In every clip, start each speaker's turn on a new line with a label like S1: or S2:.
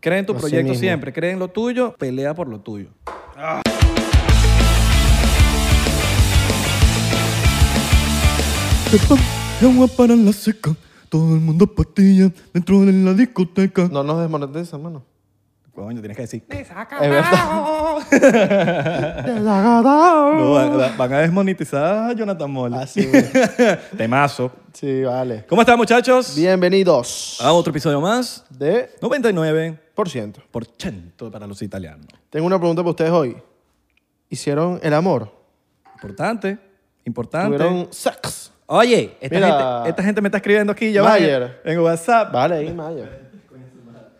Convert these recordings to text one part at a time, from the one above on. S1: Cree en tu
S2: Así
S1: proyecto
S2: mismo.
S1: siempre, cree en lo tuyo, pelea por lo tuyo.
S3: Y agua para la seca. Todo el mundo pastilla dentro de la discoteca.
S2: No nos desmonetiza, mano.
S1: Coño, tienes que decir.
S2: Es verdad.
S1: No, va- va- van a desmonetizar a Jonathan Moll.
S2: Así, Ah, güey.
S1: Temazo.
S2: sí, vale.
S1: ¿Cómo están, muchachos?
S2: Bienvenidos.
S1: A otro episodio más.
S2: De
S1: 99%
S2: por ciento.
S1: para los italianos.
S2: Tengo una pregunta para ustedes hoy. ¿Hicieron el amor?
S1: Importante, importante.
S2: ¿Tuvieron sex?
S1: Oye, esta
S2: Mira.
S1: gente, esta gente me está escribiendo aquí, ya va.
S2: Mayer.
S1: En WhatsApp.
S2: Bájale ahí, Maya.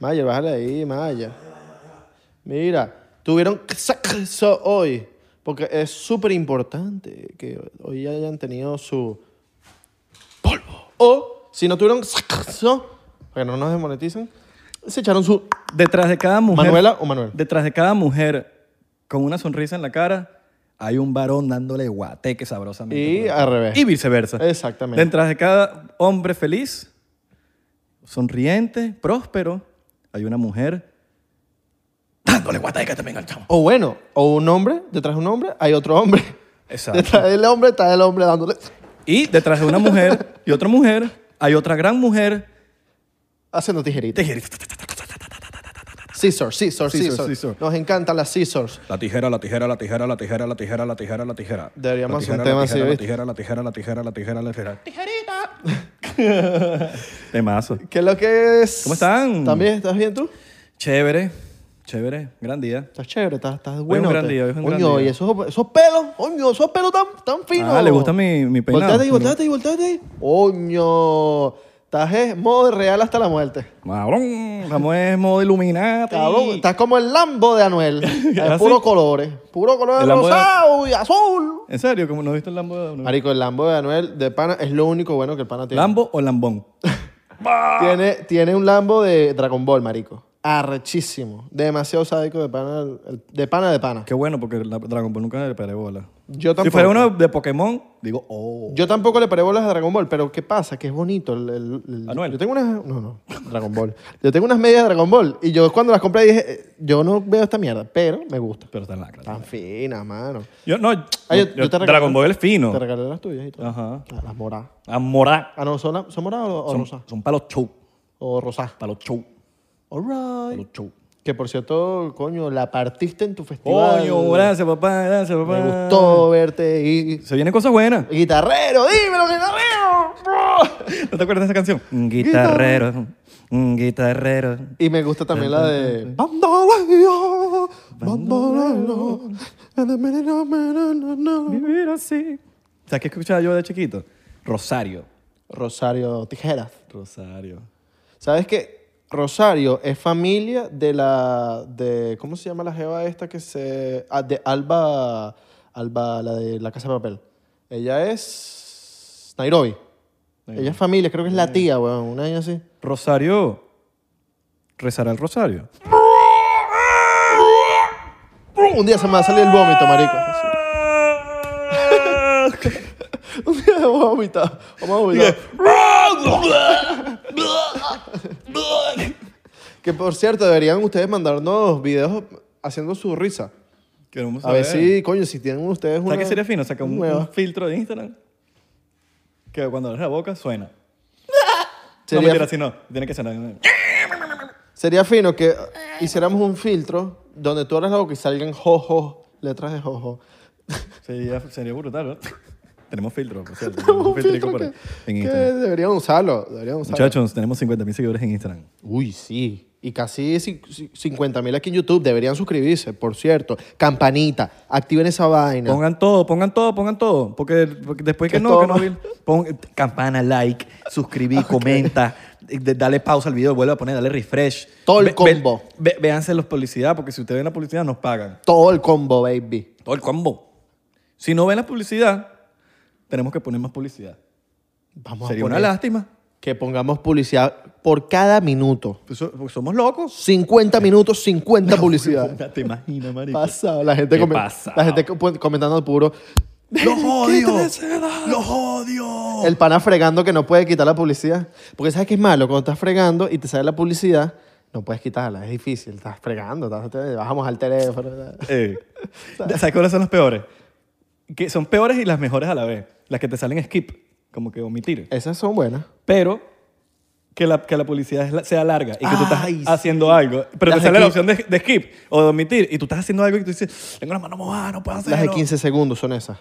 S2: Maya, bájale ahí, Maya. Mira, tuvieron sexo hoy. Porque es súper importante que hoy hayan tenido su polvo. O si no tuvieron sexo, para que no nos desmonetizan, se echaron su
S1: Detrás de cada mujer.
S2: Manuela o Manuel.
S1: Detrás de cada mujer con una sonrisa en la cara, hay un varón dándole guateque sabrosamente.
S2: Y al revés.
S1: Y viceversa.
S2: Exactamente.
S1: Detrás de cada hombre feliz, sonriente, próspero, hay una mujer dándole guateque también al chamo.
S2: O bueno, o un hombre, detrás de un hombre hay otro hombre.
S1: Exacto.
S2: Detrás del hombre está el hombre dándole
S1: Y detrás de una mujer y otra mujer, hay otra gran mujer.
S2: haciendo tijeritas.
S1: La
S2: Scissors, scissors,
S1: Scissors,
S2: scissors.
S1: scissors.
S2: Nos encantan las scissors.
S1: tijera, la tijera, la tijera, la tijera, la tijera, la tijera, la tijera.
S2: Deberíamos
S1: La
S2: hacer un
S1: tijera,
S2: tema
S1: la
S2: así,
S1: tijera, La
S2: ¿viste?
S1: tijera, la tijera, la tijera, la tijera, la tijera. ¡Tijerita! Temazo.
S2: ¿Qué es lo que es?
S1: ¿Cómo están?
S2: ¿También estás bien tú?
S1: Chévere, chévere, gran día.
S2: Estás chévere, estás, estás
S1: un
S2: bueno.
S1: gran día, hoy es un gran
S2: Oño,
S1: día.
S2: y esos, esos pelos, oño, esos pelos tan, tan finos.
S1: Ah, le gusta mi- mi peinado.
S2: Volteate ahí, volteate ahí, volteate ahí. Oño, estás en modo real hasta la muerte.
S1: Cabrón, Vamos es modo iluminati.
S2: Cabrón, estás como el Lambo de Anuel. Es
S1: ¿Ah,
S2: puro
S1: sí?
S2: colores, puro colores
S1: El Lambo de-
S2: rosado y azul.
S1: ¿En serio? ¿Cómo no has visto el Lambo? de-
S2: Marico, el Lambo de Anuel de pana es lo único bueno que el pana tiene.
S1: ¿Lambo o Lambón?
S2: Tiene, tiene un Lambo de Dragon Ball, marico. Arrechísimo. Demasiado sádico de pana, el- el- de pana de pana.
S1: Qué bueno, porque la Dragon Ball nunca le paré bola.
S2: Yo
S1: Si
S2: tampoco.
S1: fuera uno de Pokémon, digo, oh.
S2: Yo tampoco le paré bolas a Dragon Ball, pero ¿qué pasa? Que es bonito. El, el- el-
S1: Anuel.
S2: Yo tengo unas... No, no. Dragon Ball. Yo tengo unas medias de Dragon Ball. Y yo cuando las compré dije, eh, yo no veo esta mierda, pero me gusta.
S1: Pero está en la cara.
S2: Tan fina, mano.
S1: Yo no.
S2: Ah,
S1: yo-
S2: yo- yo te regalé-
S1: Dragon Ball es fino.
S2: Te regalé las tuyas y todo.
S1: Ajá.
S2: Ah, las moradas.
S1: A morar.
S2: Ah, no, ¿son, la- son moradas o, o
S1: Son,
S2: rosas?
S1: son para los show.
S2: O rosas.
S1: Para los show.
S2: All
S1: Para
S2: right.
S1: los show.
S2: Que por cierto, coño, la partiste en tu festival.
S1: Coño, gracias, papá. Gracias, papá.
S2: Me gustó verte y...
S1: Se vienen cosas buenas.
S2: Guitarrero, dímelo, guitarrero. Bro.
S1: ¿No te acuerdas de esa canción? Guitarrero. Guitarrero.
S2: Y me gusta también la de Bandolero, bandolero.
S1: Vivir así. ¿Sabes qué escuchaba yo de chiquito? Rosario.
S2: Rosario Tijeras.
S1: Rosario.
S2: ¿Sabes qué? Rosario es familia de la de ¿cómo se llama la jeva esta que se ah, de Alba Alba la de la Casa de Papel? Ella es Nairobi. Ella es familia, creo que es la tía, weón, una niña así.
S1: Rosario. Rezará el Rosario.
S2: Un día se me va a salir el vómito, marico. Un día se va a vomitar. Vamos a vomitar. Que por cierto, deberían ustedes mandarnos videos haciendo su risa.
S1: Queremos
S2: A ver
S1: saber.
S2: si, coño, si tienen ustedes una...
S1: ¿Sabes qué sería fino? Saca un,
S2: huevo.
S1: un filtro de Instagram que cuando abres la boca suena. No
S2: Sería,
S1: mentira, si no. Tiene que sonar.
S2: sería fino que hiciéramos un filtro donde tú abres la boca y salgan jojo, letras de jojo.
S1: Sería, sería brutal, ¿verdad? Tenemos filtro, por cierto. Tenemos
S2: un filtro
S1: filtrico por
S2: que,
S1: ahí en
S2: que
S1: Instagram.
S2: deberían usarlo, deberían usarlo.
S1: Muchachos, tenemos 50.000 seguidores en Instagram.
S2: Uy, sí. Y casi 50 mil aquí en YouTube. Deberían suscribirse, por cierto. Campanita. Activen esa vaina.
S1: Pongan todo, pongan todo, pongan todo. Porque, porque después
S2: Que
S1: que
S2: todo
S1: no, que no.
S2: mal.
S1: vi- pon- campana, like, suscribí, comenta, eh, de- dale pausa al video, vuelve a poner, dale refresh.
S2: Todo el combo.
S1: ve- véanse los publicidad, porque si ustedes ven la publicidad nos pagan.
S2: Todo el combo, baby.
S1: Todo el combo. Si no ven la publicidad, tenemos que poner más publicidad.
S2: Vamos
S1: Sería
S2: a poner
S1: una lástima.
S2: que pongamos publicidad por cada minuto.
S1: Pues so- pues somos locos.
S2: 50 minutos, 50 publicidad.
S1: Te imaginas, marico.
S2: Pasado. La gente,
S1: Qué
S2: comen-
S1: pasado.
S2: la gente co- comentando puro.
S1: ¡Los
S2: ¿Qué
S1: odio!
S2: te hace daño?
S1: ¡Los odio!
S2: El pana fregando que no puede quitar la publicidad. Porque sabes que es malo cuando estás fregando y te sale la publicidad No puedes quitarla, es difícil, estás fregando, estás, te- bajamos al teléfono. ¿verdad?
S1: Eh, ¿Sabes cuáles son las peores? Que son peores y las mejores a la vez. Las que te salen skip, como que omitir.
S2: Esas son buenas.
S1: Pero que la, que la publicidad es la- sea larga y que tú estás
S2: Ay,
S1: haciendo algo. Pero
S2: Las
S1: te sale la
S2: skip.
S1: opción de, de skip o de omitir y tú estás haciendo algo y tú dices, tengo la mano mojada, no puedo hacerlo.
S2: Las de 15 segundos son esas.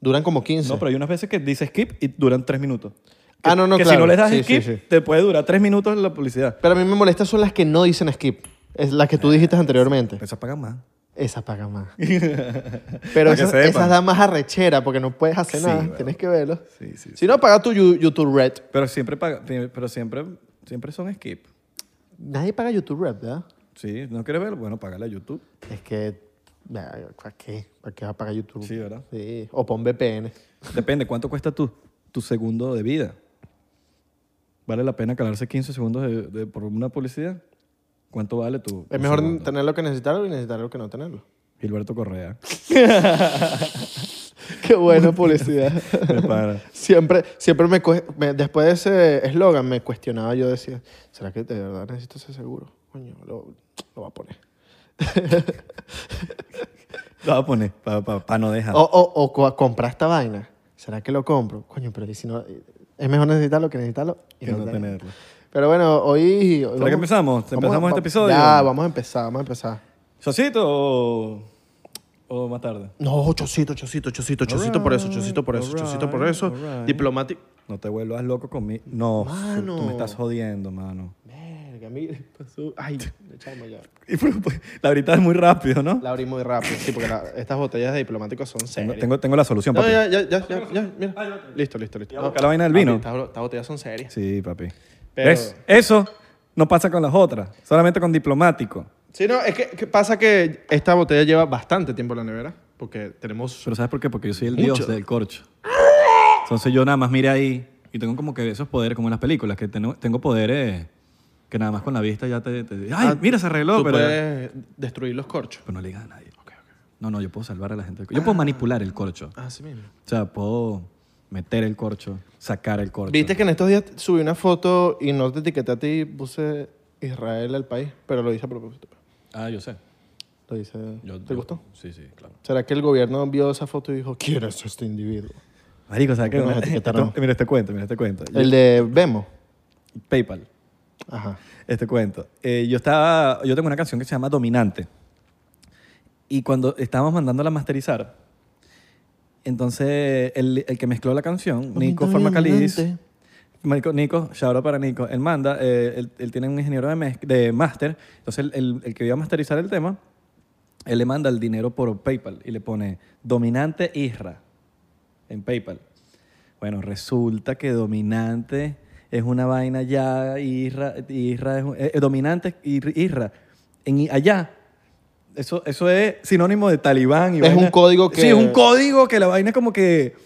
S2: Duran como 15.
S1: No, pero hay unas veces que dice skip y duran tres minutos. Que-
S2: Ah, no, no,
S1: Que si
S2: claro.
S1: no les das
S2: Sí,
S1: skip,
S2: sí, sí.
S1: te puede durar tres minutos la publicidad.
S2: Pero a mí me molesta son las que no dicen skip. Es las que tú
S1: Eh,
S2: dijiste anteriormente.
S1: Eso pagan más.
S2: Esas pagan más. Pero
S1: Pa' que
S2: esas,
S1: sepan.
S2: esas dan más arrechera porque no puedes hacer
S1: Sí,
S2: nada.
S1: weón.
S2: Tienes que verlo.
S1: Sí, sí,
S2: Si no, paga tu Yu- YouTube Red.
S1: Pero siempre paga, pero siempre, siempre son skip.
S2: Nadie paga YouTube Red, ¿verdad?
S1: Sí, ¿no quieres verlo? Bueno, págale a YouTube.
S2: Es que... verga, ¿Para qué? ¿Para qué va a pagar YouTube?
S1: Sí, ¿verdad?
S2: Sí. O pon VPN.
S1: Depende, ¿cuánto cuesta tu, tu segundo de vida? ¿Vale la pena calarse 15 segundos de, de- por una publicidad? ¿Cuánto vale tu, tu
S2: Es mejor
S1: segundo?
S2: tener lo que necesitarlo y necesitar lo que no tenerlo.
S1: Gilberto Correa.
S2: Qué buena publicidad.
S1: Me para.
S2: Siempre, siempre me, cue- me- después de ese eslogan me cuestionaba, yo decía, ¿será que de verdad necesito ese seguro? Coño, lo, lo voy a poner.
S1: Lo voy a poner para no dejar.
S2: O, o, o co- comprar esta vaina, ¿será que lo compro? Coño, pero ¿y si no, es mejor necesitarlo que necesitarlo y
S1: Que
S2: no
S1: no
S2: tener-
S1: tenerlo.
S2: Pero bueno, hoy... hoy vamos-
S1: que empezamos?
S2: vamos a-
S1: ¿Empezamos este
S2: va-
S1: episodio?
S2: Ya, vamos a empezar, vamos a empezar.
S1: ¿Socito o, o más tarde?
S2: No, chocito, chocito, chocito, chocito por eso, chocito por eso,
S1: Alright,
S2: chocito por eso.
S1: alright.
S2: Diplomático.
S1: No te vuelvas loco conmigo. No, su- tú
S2: Mano.
S1: me estás jodiendo, mano.
S2: Verga, mire, pasó. Ay, le echamos ya.
S1: Y pero, pues, la ahorita es muy rápido, ¿no?
S2: La abrí muy rápido, sí, porque la- estas botellas de diplomáticos son
S1: Tengo,
S2: serias.
S1: tengo, tengo la solución,
S2: No,
S1: papi.
S2: ya, ya, ya, ya, ya, mira. Listo, listo, listo.
S1: a buscar la vaina del vino.
S2: Papi, Estas bro- estas botellas son serias.
S1: Sí, papi.
S2: Pero-
S1: Es- eso no pasa con las otras, solamente con diplomático.
S2: Sí, no, es que, que pasa que esta botella lleva bastante tiempo en la nevera, porque tenemos...
S1: Pero ¿sabes por qué? Porque yo soy el
S2: Mucho.
S1: dios del corcho. Entonces yo nada más miré ahí y tengo como que esos poderes, como en las películas, que tengo, tengo poderes que nada más con la vista ya te... te- ¡Ay,
S2: Ah,
S1: mira, se arregló!
S2: Tú
S1: Pero,
S2: puedes destruir los corchos.
S1: pero no le digas a nadie. No, no, yo puedo salvar a la gente. del corcho. Yo puedo manipular el corcho.
S2: Ah, sí mismo.
S1: O sea, puedo meter el corcho, sacar el corcho.
S2: Viste que en estos días subí una foto y no te etiqueté a ti, puse Israel al país, pero lo hice a propósito.
S1: Ah, yo sé.
S2: Lo hice...
S1: Yo-
S2: ¿Te
S1: yo-
S2: gustó?
S1: Sí, sí, claro.
S2: ¿Será que el gobierno vio esa foto y dijo, quién es este individuo?
S1: Marico, ¿sabes
S2: qué?
S1: qué?
S2: Nos etiquetaron.
S1: Esto- Mira este cuento, mira este cuento.
S2: El de Vemo.
S1: PayPal.
S2: Ajá.
S1: este cuento. Eh, yo estaba, yo tengo una canción que se llama Dominante. Y cuando estábamos mandándola a masterizar, entonces el, el que mezcló la canción, Nico Farmacalidis,
S2: Dominante.
S1: Marico, Nico, shout out para Nico. Él manda, eh, él, él tiene un ingeniero de, mez- de máster. Entonces, el, el- el que iba a masterizar el tema, él le manda el dinero por PayPal y le pone Dominante Isra en PayPal. Bueno, resulta que Dominante es una vaina ya, Isra, Isra es un- eh, eh, Dominante Ir- Isra. En, i- allá, eso, eso es sinónimo de talibán. Y
S2: Es un código que-
S1: Sí, es un código que la vaina es como que...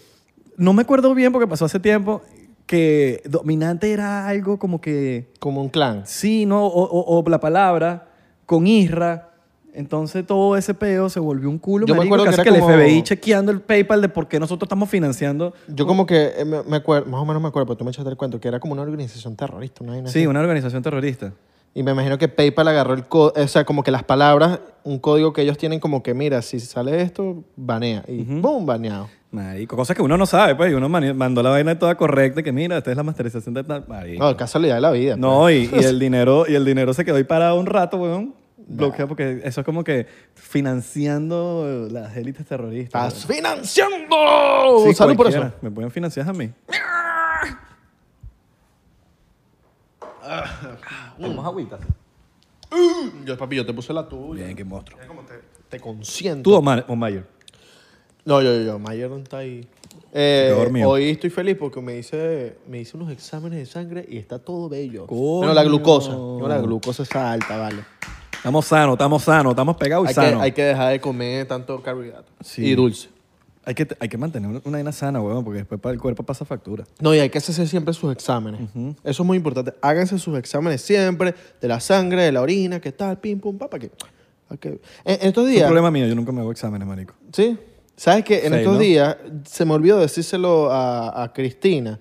S1: No me acuerdo bien porque pasó hace tiempo que dominante era algo como que
S2: Como un clan.
S1: sí, no, o, o- o la palabra con Isra. Entonces todo ese peo se volvió un culo.
S2: Yo me
S1: marico,
S2: acuerdo que
S1: casi
S2: era como-
S1: el FBI chequeando el PayPal de por qué nosotros estamos financiando.
S2: Yo como que eh, me, acuerdo, más o menos me acuerdo, pero tú me echaste el cuento, que era como una organización terrorista, una vaina
S1: Sí,
S2: así.
S1: una organización terrorista.
S2: Y me imagino que PayPal agarró el código, o sea, como que las palabras, un código que ellos tienen como que, mira, si sale esto, banea. Y boom, baneado.
S1: Marico, cosas que uno no sabe, pues, y uno mani- mandó la vaina toda correcta, que mira, esta es la masterización de tal. Marico.
S2: No, casualidad de la vida. pues.
S1: No, y, y el dinero, y el dinero se quedó ahí parado un rato, weón. Bloqueado, porque eso es como que financiando las élites terroristas.
S2: pues.
S1: weón.
S2: ¡Estás financiando!
S1: Sí,
S2: Salud por eso.
S1: cualquiera. Me pueden financiar a mí. Tenemos agüitas.
S2: Yo, papi, yo te puse la tuya.
S1: Bien, qué monstruo.
S2: Te consiento.
S1: Tú o, Ma- o Mayer.
S2: No, yo, yo, yo. Mayer no está ahí.
S1: Se
S2: Eh,
S1: quedó dormido.
S2: hoy estoy feliz porque me hice, me hice unos exámenes de sangre y está todo bello.
S1: Coño.
S2: Bueno, la glucosa. No, la glucosa está alta, vale.
S1: Estamos sanos, estamos sanos, estamos pegados y
S2: Hay que,
S1: sanos.
S2: hay que dejar de comer tanto carbohidrato
S1: Sí.
S2: y dulce.
S1: Hay que, hay que mantener una- una vaina sana, weón, porque después para el cuerpo pasa factura.
S2: No, y hay que hacerse siempre sus exámenes. Eso es muy importante. Háganse sus exámenes siempre, de la sangre, de la orina, qué tal, pim, pum, pa, para que... pa' que- En, en estos
S1: Es un
S2: días...
S1: problema mío, yo nunca me hago exámenes, marico.
S2: Sí. ¿Sabes que En
S1: Fail,
S2: estos
S1: ¿no?
S2: días se me olvidó decírselo a, a Cristina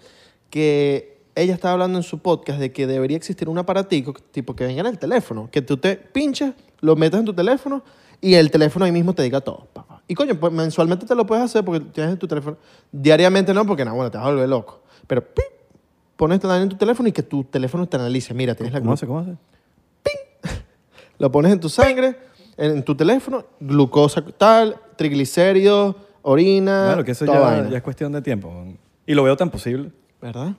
S2: que ella estaba hablando en su podcast de que debería existir un aparatico tipo que venga en el teléfono, que tú te pinchas, lo metas en tu teléfono y el teléfono ahí mismo te diga todo. pa, pa. Y coño, pues mensualmente te lo puedes hacer porque tienes en tu teléfono. Diariamente no, porque no, bueno, te vas a volver loco. Pero ¡pip! pones también en tu teléfono y que tu teléfono te analice. Mira, tienes la
S1: ¿Cómo
S2: glucosa.
S1: hace? ¿Cómo hace?
S2: Lo pones en tu sangre, en tu teléfono, glucosa tal, triglicéridos, orina.
S1: Claro, que eso
S2: Ah, toda
S1: ya,
S2: vaina.
S1: ya es cuestión de tiempo. Y lo veo tan posible.
S2: ¿Verdad?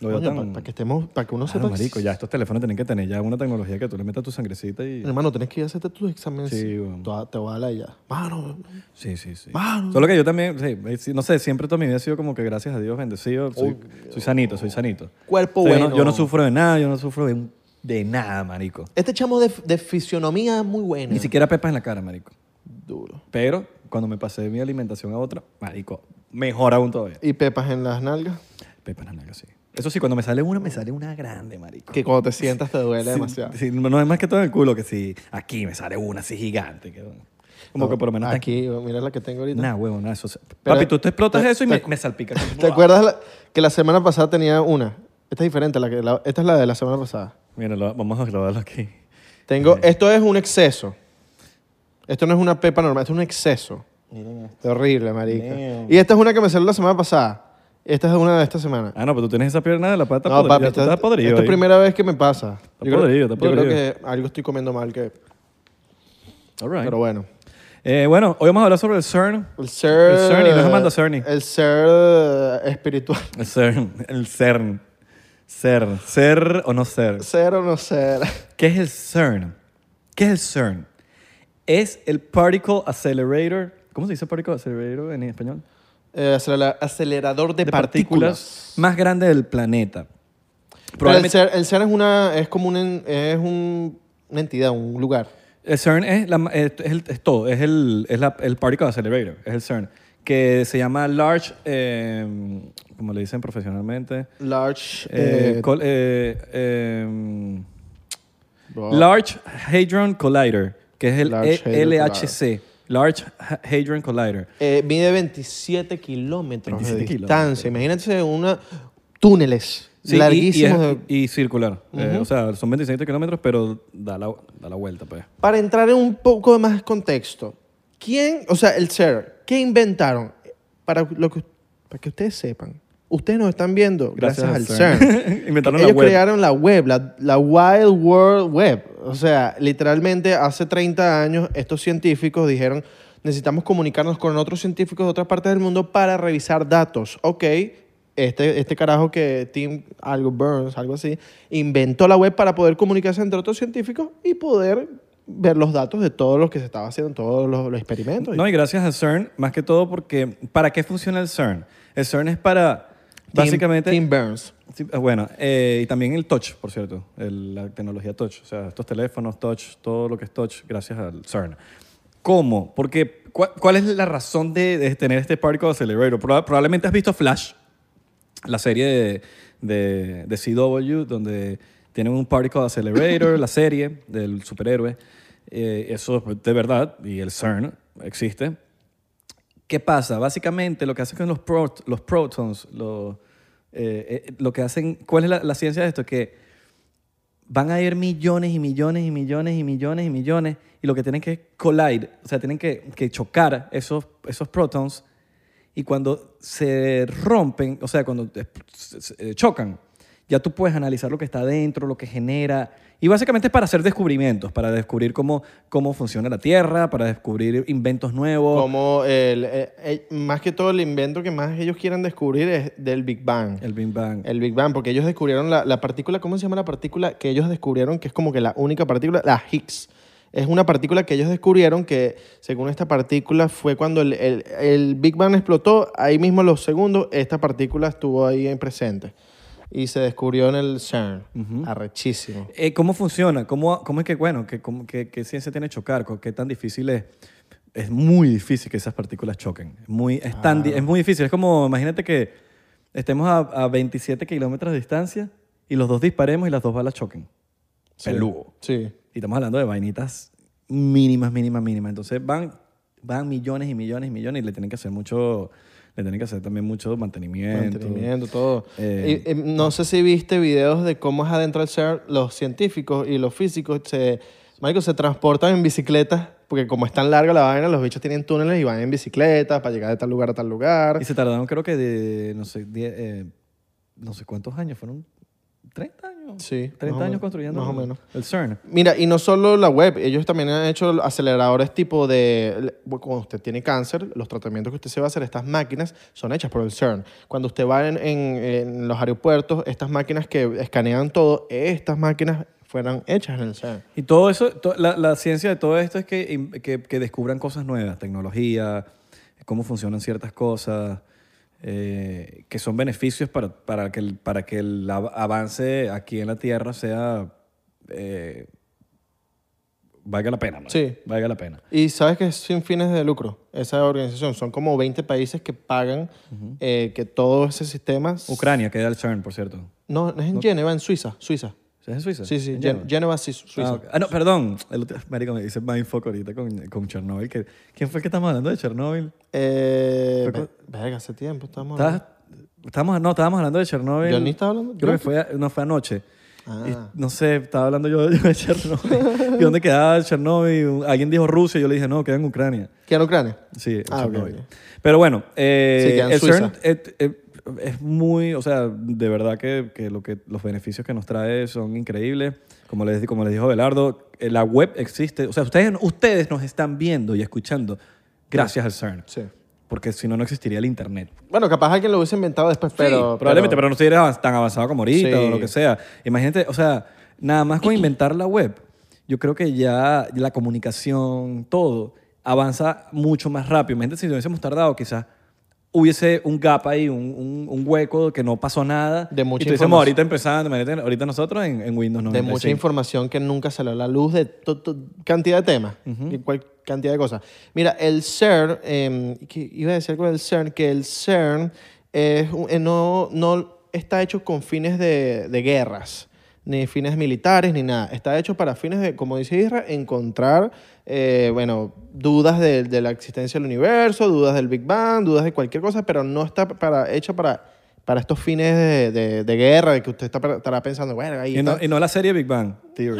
S1: Lo veo
S2: Coño,
S1: tan...
S2: para que estemos, para que uno
S1: Claro,
S2: sepa.
S1: marico, ya estos teléfonos tienen que tener ya una tecnología que tú le metas tu sangrecita y...
S2: Hermano, tienes que ir a hacerte tus exámenes.
S1: Sí, bueno.
S2: Te va- Te voy a dar ya. Mano,
S1: Sí, sí, sí.
S2: Mano.
S1: Solo que yo también, sí, eh, sí, no sé, siempre toda mi vida he sido como que gracias a Dios bendecido. Soy, soy sanito, soy sanito.
S2: Cuerpo
S1: O sea, yo no-
S2: bueno.
S1: yo no sufro de nada, yo no sufro de, un- de nada, marico.
S2: este chamo de, de fisionomía es muy bueno.
S1: Ni siquiera pepas en la cara, marico.
S2: Duro.
S1: Pero cuando me pasé de mi alimentación a otra, marico, mejor aún todavía.
S2: Y pepas en las nalgas.
S1: Pepas en la nalga, sí. Eso sí, cuando me sale una, me sale una grande, marico.
S2: Que cuando te sientas te duele demasiado.
S1: Sí, no no es más que todo en el culo, que si aquí me sale una así gigante. que- como
S2: No,
S1: que por lo menos está
S2: Ah, Aquí, mira la que tengo ahorita.
S1: Nah, huevo, nada. Eso se-
S2: Pero-
S1: Papi, tú te explotas
S2: te-
S1: eso y
S2: te-
S1: me, me salpica.
S2: ¿Te acuerdas la- que la semana pasada tenía una? Esta es diferente. la que- la- esta es la de la semana pasada.
S1: Mira, lo- vamos a grabarlo aquí.
S2: Tengo, esto es un exceso. Esto no es una pepa normal, esto es un exceso.
S1: Miren esto.
S2: Terrible, marica.
S1: Damn.
S2: Y esta es una que me salió la semana pasada. Esta es una de esta semana.
S1: Ah, no, pero tú tienes esa pierna de la pata
S2: No,
S1: podrida.
S2: papi,
S1: Tú
S2: esta,
S1: estás podrido
S2: esta es
S1: ahí.
S2: primera vez que me pasa.
S1: podrido, está
S2: yo creo
S1: podrido.
S2: que algo estoy comiendo mal, que,
S1: All right.
S2: pero bueno.
S1: Eh, bueno, hoy vamos a hablar sobre el CERN.
S2: El ser...
S1: El Cerny, no es Amanda Cerny.
S2: El ser eh, espiritual.
S1: El CERN. El CERN. Ser. Ser o no ser.
S2: Ser o no ser.
S1: ¿Qué es el CERN? ¿Qué es el CERN? Es el Particle Accelerator. ¿Cómo se dice Particle Accelerator en español?
S2: Eh, acelera- acelerador de, partículas.
S1: Más grande del planeta.
S2: Pero el
S1: Mm, Probablemente-
S2: ser, el ser es una... Es como un, en- es un, una entidad, un lugar.
S1: El CERN es, la ma- es, es el- es todo, es, el, es la- el Particle Accelerator, es el CERN, que se llama Large, eh, como le dicen profesionalmente,
S2: Large...
S1: eh,
S2: eh,
S1: col- eh, eh,
S2: bro.
S1: Large Hadron Collider, que es el
S2: oh. Large
S1: E-
S2: Hadron
S1: LHC, Large Ha- Hadron Collider.
S2: Eh, mide 27
S1: 27
S2: kilómetros de
S1: kilómetros.
S2: distancia. Imagínate una... Túneles
S1: Sí, y-
S2: larguísimos.
S1: Y, es-
S2: de-
S1: y circular. Eh, o sea, son 27 kilómetros, pero da la, da la vuelta, pues.
S2: Para entrar en un poco de más contexto, ¿quién, o sea, el ser, qué inventaron? Para, lo que, para que ustedes sepan, ustedes nos están viendo gracias, al CERN.
S1: Inventaron la
S2: Ellos
S1: web.
S2: crearon la web, la, la Wild World Web. O sea, literalmente hace 30 años estos científicos dijeron, necesitamos comunicarnos con otros científicos de otras partes del mundo para revisar datos. Ok, este, este carajo que Tim, algo Burns, algo así, inventó la web para poder comunicarse entre otros científicos y poder ver los datos de todos los que se estaba haciendo, todos los, los experimentos.
S1: No, y gracias a CERN, más que todo porque, ¿para qué funciona el CERN? El CERN es para,
S2: Tim-
S1: básicamente,
S2: Tim Burns.
S1: sí, eh, bueno, eh, y también el touch, por cierto, el- la tecnología touch, o sea, estos teléfonos touch, todo lo que es touch, gracias al CERN. ¿Cómo? Porque, ¿cuál, cuál es la razón de, de tener este Particle Accelerator? Proba- probablemente has visto Flash, la serie de, de, de CW, donde tienen un Particle Accelerator, la serie del superhéroe. Eh, eso es de verdad, y el CERN existe. ¿Qué pasa? Básicamente lo que hacen con los, prot- los protons, lo, eh, eh, lo que hacen, ¿cuál es la, la ciencia de esto? Que van a ir millones y millones y millones y millones y millones y lo que tienen que es collide, o sea, tienen que, que chocar esos, esos protons y cuando se rompen, o sea, cuando eh, se- se- eh, chocan, ya tú puedes analizar lo que está dentro, lo que genera. Y básicamente es para hacer descubrimientos, para descubrir cómo, cómo funciona la Tierra, para descubrir inventos nuevos.
S2: Como el, eh, eh, más que todo el invento que más ellos quieren descubrir es del Big Bang. El,
S1: El Big Bang.
S2: Big Bang, porque ellos descubrieron la, la partícula, ¿cómo se llama la partícula? Que ellos descubrieron que es como que la única partícula, la Higgs. Es una partícula que ellos descubrieron que, según esta partícula, fue cuando el, el- el Big Bang explotó, ahí mismo a los segundos, esta partícula estuvo ahí en presente. Y se descubrió en el CERN. Arrechísimo.
S1: Eh, ¿Cómo funciona? ¿Cómo, ¿Cómo es que, bueno, que, cómo- que- qué ciencia tiene chocar? ¿Con ¿Qué tan difícil es? Es muy difícil que esas partículas choquen. Muy, es, tan di- es muy difícil. Es como, imagínate que estemos a, a 27 kilómetros de distancia y los dos disparemos y las dos balas choquen.
S2: Sí.
S1: Peludo.
S2: Sí.
S1: Y estamos hablando de vainitas mínimas, mínimas, mínimas. Entonces van, van millones y millones y millones y le tienen que hacer mucho, le tienen que hacer también mucho mantenimiento.
S2: Mantenimiento, todo.
S1: Eh,
S2: Y- y no sé si viste videos de cómo es adentro del CERN los científicos y los físicos se, marico, se transportan en bicicletas porque como es tan larga la vaina, los bichos tienen túneles y van en bicicletas para llegar de tal lugar a tal lugar.
S1: Y se tardaron creo que de, no sé, die- eh, no sé cuántos años, fueron 30 años.
S2: Sí,
S1: 30
S2: más o
S1: años
S2: menos,
S1: construyendo
S2: más o
S1: el-
S2: menos.
S1: el CERN.
S2: Mira, y no solo la web, ellos también han hecho aceleradores tipo de, bueno, cuando usted tiene cáncer, los tratamientos que usted se va a hacer, estas máquinas son hechas por el CERN. Cuando usted va en, en- en los aeropuertos, estas máquinas que escanean todo, estas máquinas fueran hechas en el CERN.
S1: Y todo eso, to- la, la ciencia de todo esto es que, in- que, que descubran cosas nuevas, tecnología, cómo funcionan ciertas cosas, eh, que son beneficios para, para, que el, para que el av- avance aquí en la Tierra sea... eh, valga la pena, ¿no?
S2: Sí.
S1: Valga la pena.
S2: Y sabes que es sin fines de lucro esa organización. Son como 20 países que pagan eh, que todo ese sistema...
S1: Ucrania, queda el CERN, por cierto.
S2: No, no es en Génova, en Suiza. Suiza.
S1: ¿Es en Suiza?
S2: Sí, sí,
S1: ¿En
S2: Gen-
S1: Génova?
S2: Génova, sí, Suiza.
S1: Ah, ok. Ah, no, perdón. El otro, marico, me dice Mindfuck ahorita con, con Chernobyl. que- ¿Quién fue el que estamos hablando de Chernobyl?
S2: Eh,
S1: Pero-
S2: ve- verga, hace tiempo estamos...
S1: Estabas- estábamos- no, estábamos hablando de Chernobyl.
S2: ¿Yo ni estaba hablando?
S1: Creo que fue, a- no, fue anoche.
S2: Ah.
S1: Y no sé, estaba hablando yo, yo de Chernobyl. ¿Y dónde quedaba Chernobyl? Alguien dijo Rusia, yo le dije, no, queda en Ucrania.
S2: ¿Qué en Ucrania?
S1: Sí,
S2: Ah,
S1: Chernobyl.
S2: ok, ok.
S1: Pero bueno, eh,
S2: Sí, queda en
S1: el
S2: Suiza.
S1: CERN et- et- es muy, o sea, de verdad que, que lo que los beneficios que nos trae son increíbles. Como les, como les dijo Belardo, eh, la web existe. O sea, ustedes, ustedes nos están viendo y escuchando gracias al CERN.
S2: Sí.
S1: Porque si no, no existiría el Internet.
S2: Bueno, capaz alguien lo hubiese inventado después, pero...
S1: Sí, probablemente, pero, no estuviera tan avanzado como ahorita
S2: Sí.
S1: o lo que sea. Imagínate, o sea, nada más con inventar la web, yo creo que ya la comunicación, todo, avanza mucho más rápido. Imagínate si nos hubiésemos tardado, quizás hubiese un gap ahí, un, un- un hueco que no pasó nada.
S2: De mucha
S1: y estuviésemos
S2: información.
S1: ahorita empezando, imagínate, ahorita nosotros en, en Windows 95.
S2: de mucha información que nunca salió a la luz de to- to- cantidad de temas y cual- cantidad de cosas. Mira, el CERN, eh, que iba a decir con el CERN, que el CERN es un- eh, no, no está hecho con fines de, de guerras, ni fines militares, ni nada. Está hecho para fines de, como dice Isra, encontrar, eh, bueno, dudas de, de la existencia del universo, dudas del Big Bang, dudas de cualquier cosa, pero no está para, hecho para... Para estos fines de, de- de guerra, de que usted está, estará pensando, bueno, ahí
S1: Y
S2: está.
S1: no, y no la serie Big Bang Theory.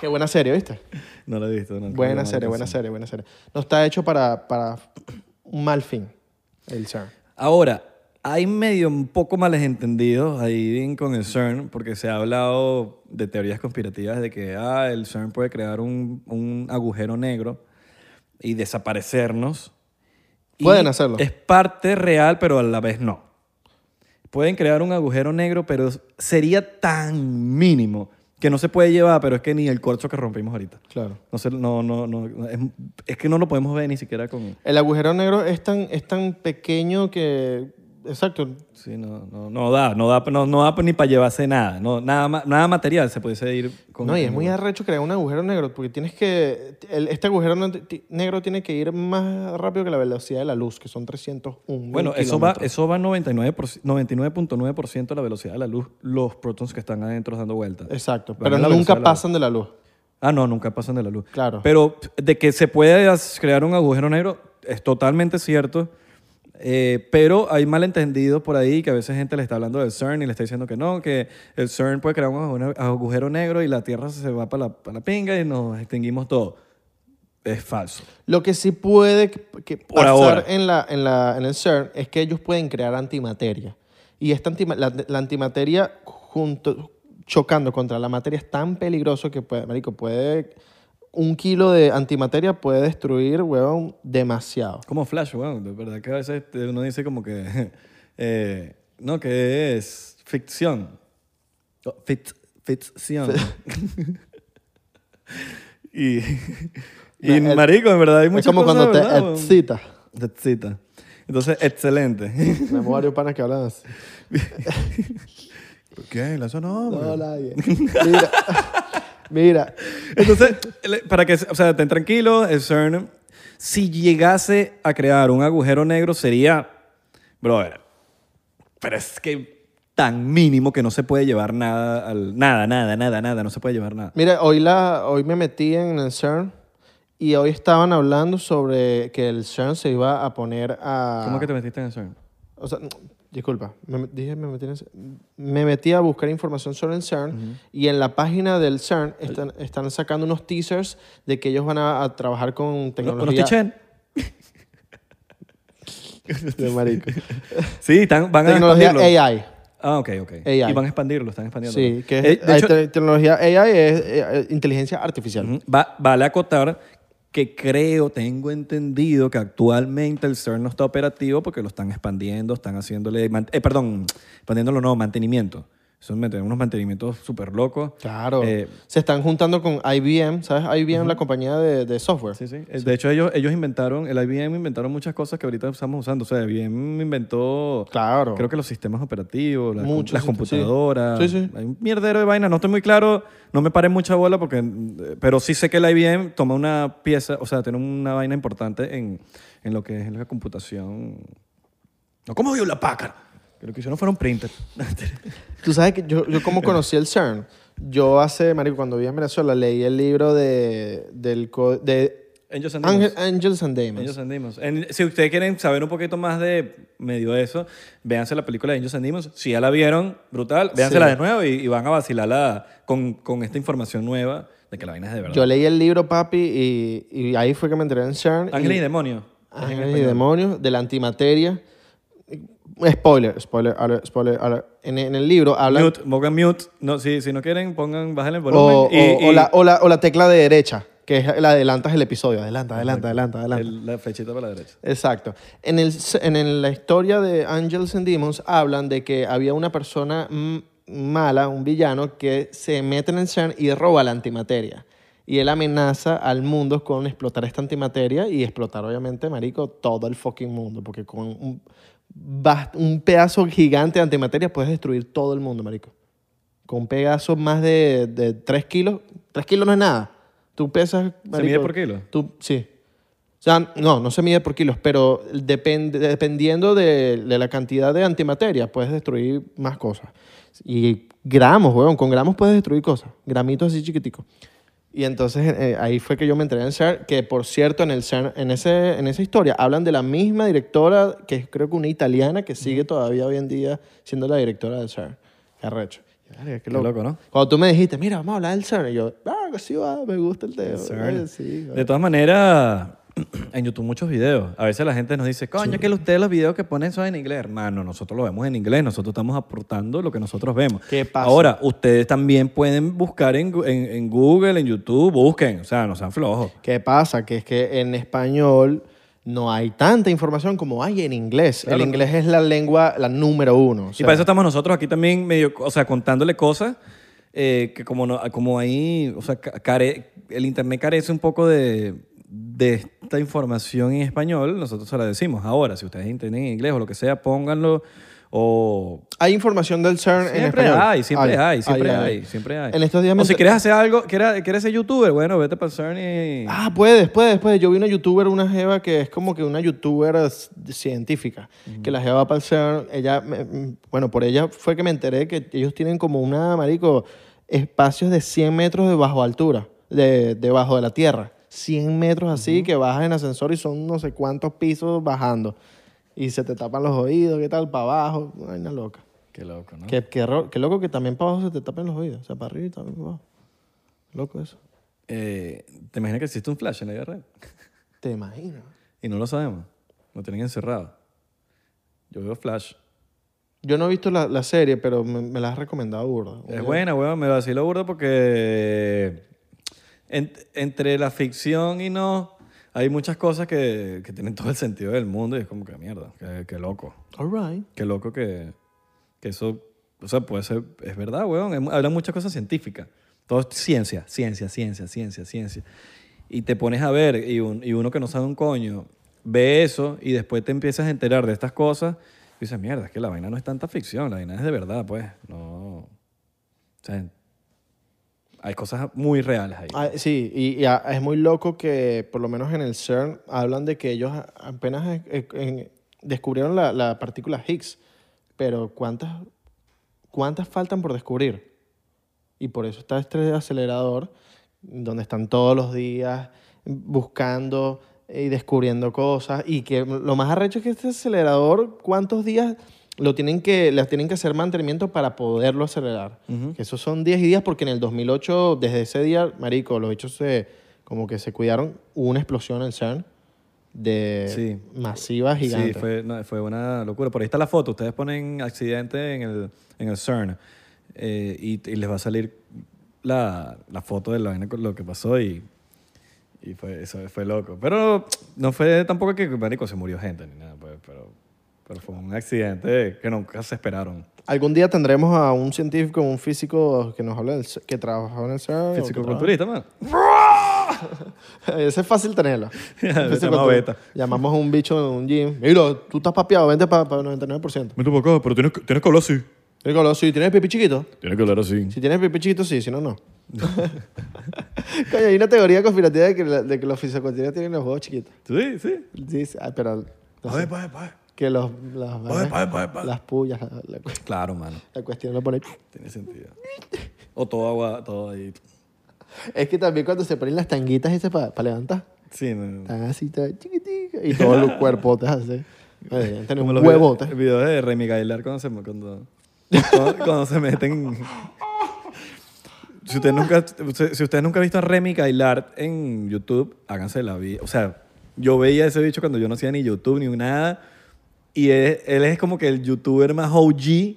S2: Qué buena serie, ¿viste?
S1: No la he visto. no.
S2: Buena
S1: No,
S2: serie,
S1: no
S2: buena
S1: sé.
S2: serie, buena serie. No está hecho para, para un mal fin, el CERN.
S1: Ahora, hay medio un poco males entendidos ahí con el CERN, porque se ha hablado de teorías conspirativas de que ah, el CERN puede crear un, un agujero negro y desaparecernos. Y
S2: Pueden hacerlo.
S1: Es parte real, pero a la vez no. Pueden crear un agujero negro, pero sería tan mínimo que no se puede llevar, pero es que ni el corcho que rompimos ahorita.
S2: Claro.
S1: No, sé, no, no, no, no, es, es que no lo podemos ver ni siquiera con...
S2: El agujero negro es tan, es tan pequeño que... Exacto.
S1: Sí, no, no, no da, no da, no, no da ni para llevarse nada, no, nada, ma- nada material se pudiese ir con.
S2: No, y es muy arrecho crear un agujero negro porque tienes que... el- este agujero no- ti- negro tiene que ir más rápido que la velocidad de la luz, que son 301
S1: Bueno, eso va, eso va 99%, 99.9% de la velocidad de la luz, los protons que están adentro dando vueltas.
S2: Exacto,
S1: Van a
S2: pero
S1: la velocidad
S2: nunca
S1: de la luz.
S2: pasan de la luz.
S1: Ah, no, nunca pasan de la luz.
S2: Claro.
S1: Pero de que se puede as- crear un agujero negro es totalmente cierto. eh, pero hay malentendidos por ahí que a veces gente le está hablando del CERN y le está diciendo que no, que el CERN puede crear un agujero- agujero negro y la Tierra se va para la, pa' la pinga y nos extinguimos todos. Es falso.
S2: Lo que sí puede que- que
S1: Por
S2: pasar
S1: ahora.
S2: En, la, en, la, en el CERN es que ellos pueden crear antimateria. Y esta antima- la, la antimateria junto, chocando contra la materia es tan peligroso que puede, marico, puede un kilo de antimateria puede destruir, huevón, demasiado.
S1: Como Flash, weón. De verdad que a veces te- uno dice como que. eh, no, que es ficción. Oh, fic- ficción. y. Y
S2: No, Ed-
S1: marico, en verdad hay muchas
S2: Es como
S1: cosas,
S2: cuando te
S1: ¿verdad, weón?
S2: excitas.
S1: Te excita. Entonces, excelente.
S2: Me varios panas que hablan así.
S1: ¿Qué? La
S2: No, nadie. Mira, mira,
S1: Entonces, le- para que, o sea, estén tranquilos, el CERN, si llegase a crear un agujero negro sería, brother, pero es que tan mínimo que no se puede llevar nada, al, nada, nada, nada, nada, no se puede llevar nada.
S2: Mira, hoy, la, hoy me metí en el CERN Y hoy estaban hablando sobre que el CERN se iba a poner a...
S1: ¿Cómo que te metiste en el CERN?
S2: O sea, disculpa, me, me- dije me metí, en el- me metí a buscar información sobre el CERN y en la página del CERN están, están sacando unos teasers de que ellos van a, a trabajar con
S1: ¿Con
S2: tecnología.
S1: los tichen?
S2: de marico.
S1: Sí, están, van a
S2: tecnología
S1: expandirlo.
S2: AI.
S1: Ah, ok, ok.
S2: AI.
S1: Y van a expandirlo, están expandiendo.
S2: Sí, que es-
S1: Eh, de
S2: hay
S1: hecho,
S2: te- tecnología AI es eh, inteligencia artificial.
S1: Ujú. Va- vale acotar que creo, tengo entendido que actualmente el CERN no está operativo porque lo están expandiendo, están haciéndole, man- eh, perdón, expandiéndolo no, mantenimiento. Son manten- unos mantenimientos súper locos.
S2: Claro.
S1: Eh,
S2: se están juntando con IBM, ¿sabes? IBM, la compañía de, de software.
S1: sí, sí. Eh, De hecho, ellos, ellos inventaron, el IBM inventaron muchas cosas que ahorita estamos usando. O sea, IBM inventó,
S2: Claro.
S1: creo que los sistemas operativos, la-
S2: Muchos
S1: las
S2: sistemas, sí.
S1: computadoras.
S2: Sí, sí.
S1: Hay un mierdero de vainas. No estoy muy claro, no me paré mucha bola, porque, eh, pero sí sé que la IBM toma una pieza, o sea, tiene una vaina importante en, en lo que es la computación. No, ¿cómo dio la pácara? Que lo que hicieron fueron printers.
S2: Tú sabes que yo, yo como conocí el CERN, yo hace, marico, cuando vivía en Venezuela, leí el libro de, del, co- de
S1: Angels and
S2: Angel-
S1: Demons.
S2: Angels and Demons.
S1: Angels and Demons. En- si ustedes quieren saber un poquito más de medio de eso, véanse la película de Angels and Demons. Si ya la vieron, brutal, véansela
S2: Sí.
S1: de nuevo y, y van a vacilarla con, con esta información nueva de que la vaina es de verdad.
S2: Yo leí el libro, papi, y, y ahí fue que me enteré en CERN.
S1: Ángeles y
S2: y-
S1: demonios.
S2: Ángeles y demonios, de la antimateria. Spoiler, spoiler alert, spoiler alert. En, en el libro hablan...
S1: Mute, pongan mute. No, si, si no quieren, pongan, bajen el volumen.
S2: o,
S1: y,
S2: o- o
S1: y
S2: la, o la- o la tecla de derecha, que es la adelantas el episodio. Adelanta, adelanta, adelanta, adelanta.
S1: el- la flechita para la derecha.
S2: Exacto. En, el, en el- la historia de Angels and Demons hablan de que había una persona m- mala, un villano, que se mete en el CERN y roba la antimateria. Y él amenaza al mundo con explotar esta antimateria y explotar, obviamente, marico, todo el fucking mundo. Porque con un, bast- un pedazo gigante de antimateria puedes destruir todo el mundo, marico. Con un pedazo más de, de 3 kilos. 3 kilos no es nada. Tú pesas... marico,
S1: mide por kilo?
S2: Tú, sí. O sea, no, no se mide por kilos, pero depende, dependiendo de, de la cantidad de antimateria, puedes destruir más cosas. Y gramos, weón, con gramos puedes destruir cosas. Gramitos así chiquiticos. Y entonces eh, ahí fue que yo me enteré en CERN, que por cierto, en, el CERN, en, ese, en esa historia hablan de la misma directora, que es creo que una italiana que sigue todavía hoy en día siendo la directora del CERN. Qué arrecho. Verga, qué
S1: Qué loco, ¿no?
S2: Cuando tú me dijiste, mira, vamos a hablar del CERN, y yo, ah, sí, va, me gusta el tema.
S1: CERN.
S2: Ay, sí, va.
S1: De todas maneras, en YouTube muchos videos. A veces la gente nos dice, coño, que ustedes los videos que ponen son en inglés. Hermano, nosotros lo vemos en inglés. Nosotros estamos aportando lo que nosotros vemos.
S2: ¿Qué pasa?
S1: Ahora, ustedes también pueden buscar en, Gu- en- en Google, en YouTube. Busquen. O sea, no sean flojos.
S2: ¿Qué pasa? Que es que en español no hay tanta información como hay en inglés.
S1: Claro.
S2: El inglés es la lengua, la número uno. o
S1: y
S2: sea,
S1: para eso estamos nosotros aquí también, medio, o sea, contándole cosas eh, que como, no, como ahí, o sea, ca- care- el Internet carece un poco de, de esta información en español, nosotros se la decimos. Ahora, si ustedes entienden inglés o lo que sea, pónganlo o...
S2: Hay información del CERN en
S1: Siempre
S2: español.
S1: hay, siempre hay, siempre
S2: ay,
S1: hay,
S2: ay.
S1: siempre hay.
S2: En estos días me
S1: O si
S2: enter-
S1: quieres hacer algo, quieres, quieres ser youtuber, bueno, vete para el CERN y...
S2: Ah, puedes, puedes, puedes. Yo vi una youtuber, una jeva que es como que una youtuber s- científica, que la jeva va para el CERN. Ella, me- mm, bueno, por ella fue que me enteré que ellos tienen como una, marico, espacios de 100 metros de bajo altura, de, debajo de la tierra. 100 metros así que bajas en ascensor y son no sé cuántos pisos bajando. Y se te tapan los oídos, ¿qué tal? Para abajo, una vaina loca.
S1: Qué loco, ¿no?
S2: Qué, qué ro- qué loco que también para abajo se te tapen los oídos. O sea, para arriba y también para abajo. Loco eso.
S1: Eh, ¿Te imaginas que existe un flash en la vida real?
S2: ¿Te imaginas?
S1: Y no lo sabemos. Lo tienen encerrado. Yo veo flash.
S2: Yo no he visto la, la serie, pero me, me la has recomendado burda.
S1: Es buena, weón. Me vacilo burda porque en- entre la ficción y no, hay muchas cosas que, que tienen todo el sentido del mundo y es como que mierda, que, que loco.
S2: All right.
S1: Qué loco que, que eso, o sea, puede ser, es verdad, weón. Hay mu- Hablan muchas cosas científicas. Todo es ciencia, ciencia, ciencia, ciencia, ciencia. Y te pones a ver y, un- y uno que no sabe un coño ve eso y después te empiezas a enterar de estas cosas y dices, mierda, es que la vaina no es tanta ficción, la vaina es de verdad, pues. No. O sea, hay cosas muy reales ahí.
S2: Ah, sí, y, y, ah, es muy loco que, por lo menos en el CERN, hablan de que ellos a- apenas eh, eh, en- descubrieron la, la partícula Higgs. Pero ¿cuántas, ¿cuántas faltan por descubrir? Y por eso está este acelerador, donde están todos los días buscando y descubriendo cosas. Y que lo más arrecho es que este acelerador, ¿cuántos días lo tienen que, les tienen que hacer mantenimiento para poderlo acelerar? Que esos son 10 días porque en el 2008, desde ese día, marico, los hechos se, como que se cuidaron. Hubo una explosión en CERN de
S1: Sí.
S2: masiva gigante.
S1: Sí, fue, no, fue una locura. Por ahí está la foto. Ustedes ponen accidente en el, en el CERN eh, y, y les va a salir la, la foto de la vaina con lo que pasó y, y fue, eso fue loco. Pero no fue tampoco que, marico, se murió gente ni nada, pues, pero, pero fue un accidente que nunca se esperaron.
S2: Algún día tendremos a un científico, un físico que nos hable del CERN, que trabajó en el CERN. o que
S1: Físico-culturista, man.
S2: Ese es fácil tenerlo.
S1: Vete
S2: Ese
S1: a
S2: cuando
S1: Maveta.
S2: Llamamos a un bicho en un gym. Mira, tú estás papeado, vente para el
S3: Vente
S2: 99%.
S3: para acá, pero tienes, que- tienes que hablar así.
S2: Yo digo, si tienes pipí chiquito.
S3: Tienes que hablar así.
S2: Si tienes pipí chiquito, sí, si no, no. Coño, hay una teoría conspirativa de que, la- de que los fisiculturistas tienen los huevos chiquitos.
S1: Sí, sí.
S2: Sí, sí, ah, pero
S3: A ver, pa' ver, pa' ver.
S2: que los, las,
S3: Pa' ver, pa' ver, pa' ver, pa' ver.
S2: las pullas, la, la cu-
S1: Claro, mano.
S2: la cuestión lo pone.
S1: Tiene sentido. O todo agua, todo ahí.
S2: Es que también cuando se ponen las tanguitas esas para levantar,
S1: Sí, no, no.
S2: están así, todas chiquiticas, y todo el cuerpo te hace. Oye, Tienen
S1: Como
S2: un
S1: los
S2: huevote.
S1: vide- videos de Remy Gailar cuando se, cuando, cuando- cuando se meten. Si usted, nunca, si usted nunca ha visto a Remy Gailar en YouTube, háganse la vida. O sea, yo veía ese bicho cuando yo no hacía ni YouTube ni nada. Y él, él es como que el youtuber más OG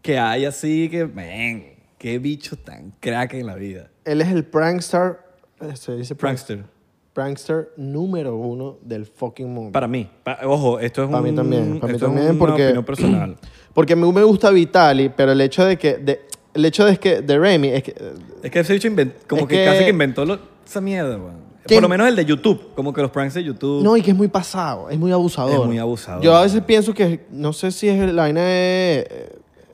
S1: que hay así que, men, qué bicho tan crack en la vida.
S2: Él es el prankster. eh, Se dice prankster.
S1: Prankster.
S2: Prankster número uno del fucking mundo.
S1: Para mí. Pa- ojo, esto es
S2: Pa'
S1: un...
S2: mí también, pa' mí
S1: esto es
S2: también,
S1: una
S2: porque-
S1: opinión personal.
S2: Porque a mí me gusta Vitali, pero el hecho de que. de- el hecho de que de Remy es que. eh,
S1: Es que ese bicho invent- como
S2: Es
S1: que,
S2: que-
S1: casi que inventó lo- esa mierda, weón.
S2: ¿Quién?
S1: Por lo menos el de YouTube, como que los pranks de YouTube.
S2: No, y que es muy pasado, es muy abusador.
S1: Es muy abusador.
S2: Yo a veces pienso que. No sé si es la vaina es,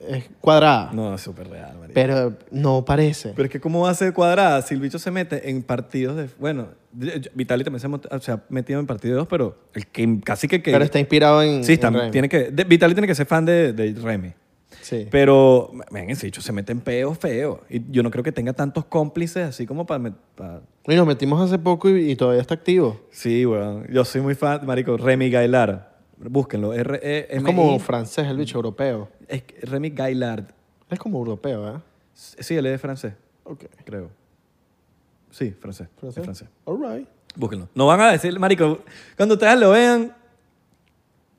S2: es cuadrada,
S1: No, es súper real, marico. Pero,
S2: pero no parece.
S1: es que cómo va a ser cuadrada si el bicho se mete en partidos de... Bueno, de- yo- Vitali también se, ha mot- se ha metido en partidos, pero el que casi que... que
S2: Pero está inspirado en.
S1: sí,
S2: en
S1: está-
S2: Remy.
S1: tiene que... de- Vitali tiene que ser fan de, de Remy.
S2: Sí.
S1: Pero, ven, ese bicho se mete en peos feos. Y yo no creo que tenga tantos cómplices así como para... met- para-
S2: Y nos metimos hace poco y, y todavía está activo.
S1: Sí, weón. Yo soy muy fan, marico. Remy Gailar. Búsquenlo. r e
S2: Es como francés, el bicho europeo.
S1: Es que Remy Gaillard.
S2: Es como europeo, ¿eh?
S1: Sí, él es francés,
S2: Ok.
S1: creo. Sí, francés.
S2: ¿Francés?
S1: Es francés.
S2: All right.
S1: Búsquenlo. No van a decir, marico, cuando ustedes lo vean,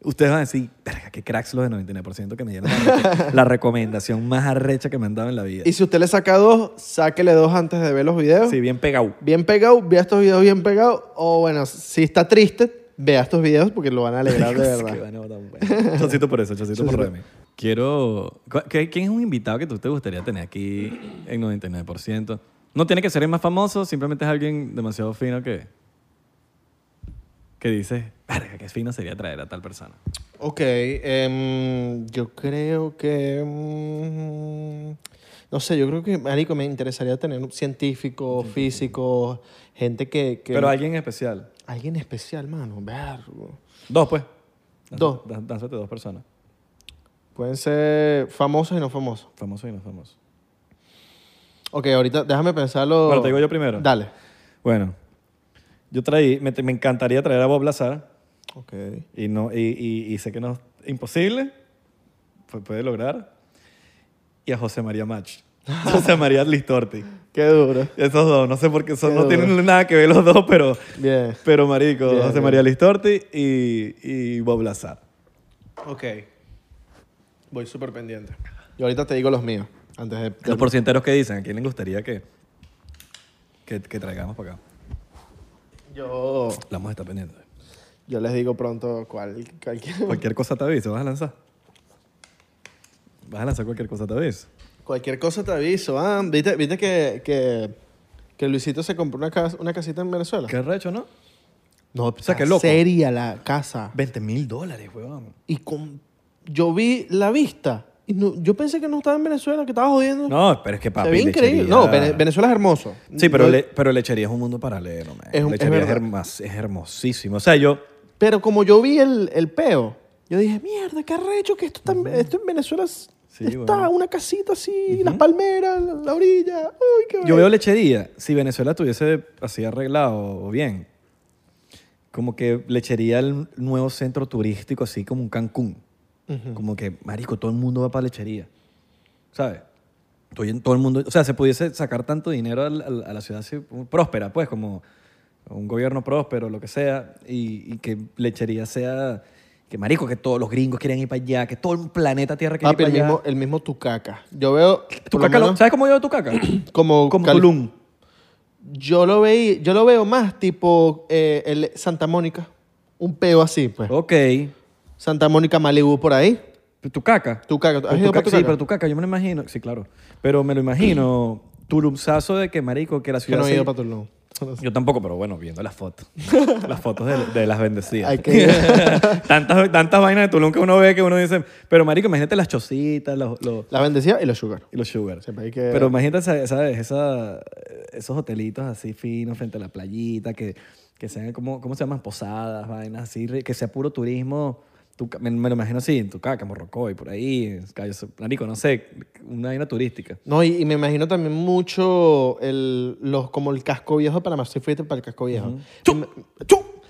S1: ustedes van a decir, verga, qué cracks los de 99% que me dieron la- la recomendación más arrecha que me han dado en la vida.
S2: Y si usted le saca dos, sáquele dos antes de ver los videos.
S1: Sí, bien pegado.
S2: Bien pegado, vea estos videos bien pegados. O bueno, si está triste, vea estos videos porque lo van a alegrar de
S1: Es que
S2: verdad.
S1: bueno, tan bueno. Chocito por eso, chocito por Remy. Quiero... ¿cu- qué- ¿Quién es un invitado que tú te gustaría tener aquí en 99%? No tiene que ser el más famoso, simplemente es alguien demasiado fino que... Que dice, verga, qué fino sería traer a tal persona.
S2: Ok, em, yo creo que... mm, no sé, yo creo que, marico, me interesaría tener un científico, físico, gente que... que-
S1: Pero alguien especial.
S2: Alguien especial, mano, vergo.
S1: Dos, pues.
S2: Dos.
S1: Dan- Dánzate dos personas.
S2: Pueden ser famosos y no famosos.
S1: Famoso y no famoso.
S2: Ok, ahorita déjame pensarlo...
S1: Bueno, te digo yo primero.
S2: Dale.
S1: Bueno, yo traí... Me, me encantaría traer a Bob Lazar.
S2: Ok.
S1: Y, no, y, y- y sé que no es imposible, pues puede lograr. Y a José María Mach. José María Listorti.
S2: Qué duro.
S1: Esos dos, no sé por qué son,
S2: Qué
S1: no
S2: duro.
S1: tienen nada que ver los dos, pero,
S2: Bien.
S1: pero marico,
S2: Bien,
S1: José
S2: bien.
S1: María Listorti y, y Bob Lazar.
S2: Ok. Voy súper pendiente. Y ahorita te digo los míos. Antes de.
S1: Los porcienteros que dicen, ¿a quién les gustaría que, que, que traigamos para acá?
S2: Yo.
S1: La vamos a estar pendiente.
S2: Yo les digo pronto cuál, cualquier,
S1: Cualquier cosa te aviso, vas a lanzar. Vas a lanzar cualquier cosa te aviso.
S2: cualquier cosa te aviso. Ah, viste, viste que, que, que Luisito se compró una, casa, una casita en Venezuela.
S1: Qué recho, ¿no?
S2: No, o
S1: sea, qué loco.
S2: Seria la casa.
S1: 20 mil dólares, weón.
S2: Y con, yo vi la vista. Y no- yo pensé que no estaba en Venezuela, que estaba jodiendo.
S1: No, pero es que papi.
S2: Se ve increíble.
S1: lechería-
S2: No, Vene- Venezuela es hermoso.
S1: Sí, pero,
S2: Yo-
S1: le- pero lechería es un mundo paralelo, man.
S2: Es un- es
S1: lechería es,
S2: verdad.
S1: hermas- es hermosísimo. O sea, yo.
S2: Pero como yo vi el, el peo, yo dije, mierda, qué arrecho que esto, está en- esto en Venezuela es-
S1: Sí,
S2: Está
S1: bueno.
S2: una casita así, las palmeras, la, la orilla. Uy, qué
S1: Yo veo
S2: bello.
S1: lechería. Si Venezuela tuviese así arreglado o bien, como que lechería el nuevo centro turístico, así como un Cancún. Como que, marico, todo el mundo va para lechería. ¿Sabes? Todo el- todo el mundo, o sea, se pudiese sacar tanto dinero al- al- a la ciudad así, como próspera, pues, como un gobierno próspero, lo que sea, y, y que lechería sea, que marico, que todos los gringos quieren ir para allá, que todo el planeta Tierra quiere
S2: Papi,
S1: ir
S2: el
S1: para
S2: mismo,
S1: allá.
S2: el mismo Tucaca. Yo veo.
S1: Tu
S2: por lo
S1: caca lo-
S2: menos,
S1: ¿Sabes cómo yo tu caca?
S2: Como,
S1: Como
S2: Cal-
S1: Tulum.
S2: Yo lo, veí, yo lo veo más tipo eh, el Santa Mónica. Un peo así, pues.
S1: Ok.
S2: Santa Mónica, Malibu, por ahí.
S1: Tu caca.
S2: Tu caca. ¿Has
S1: Pero
S2: ido
S1: tu
S2: para
S1: caca-
S2: tu
S1: Sí,
S2: caca?
S1: pero tu caca, yo me lo imagino. Sí, claro. Pero me lo imagino tulumzazo de que, marico, que la
S2: Yo
S1: ciudad...
S2: no he
S1: se-
S2: ido para Tulum.
S1: Yo tampoco, pero bueno, viendo las fotos. las fotos de, de las bendecidas.
S2: Hay que ir.
S1: tantas, tantas vainas de Tulum que uno ve que uno dice... Pero, marico, imagínate las chocitas, los, los,
S2: La bendecida y los sugar.
S1: y los sugar.
S2: Siempre hay que-
S1: Pero imagínate, esa- ¿sabes? Esa- esos hotelitos así finos frente a la playita, que, que sean como, ¿cómo se llaman? Posadas, vainas así, ri- que sea puro turismo. Tuca- me, me lo imagino así, en Tucaca, Morrocoy, por ahí, en Cayo Sa- Marico, no sé, una vaina turística.
S2: No, y, y me imagino también mucho el, los, como el casco viejo de Panamá. Estoy fuiste para el casco viejo. Me-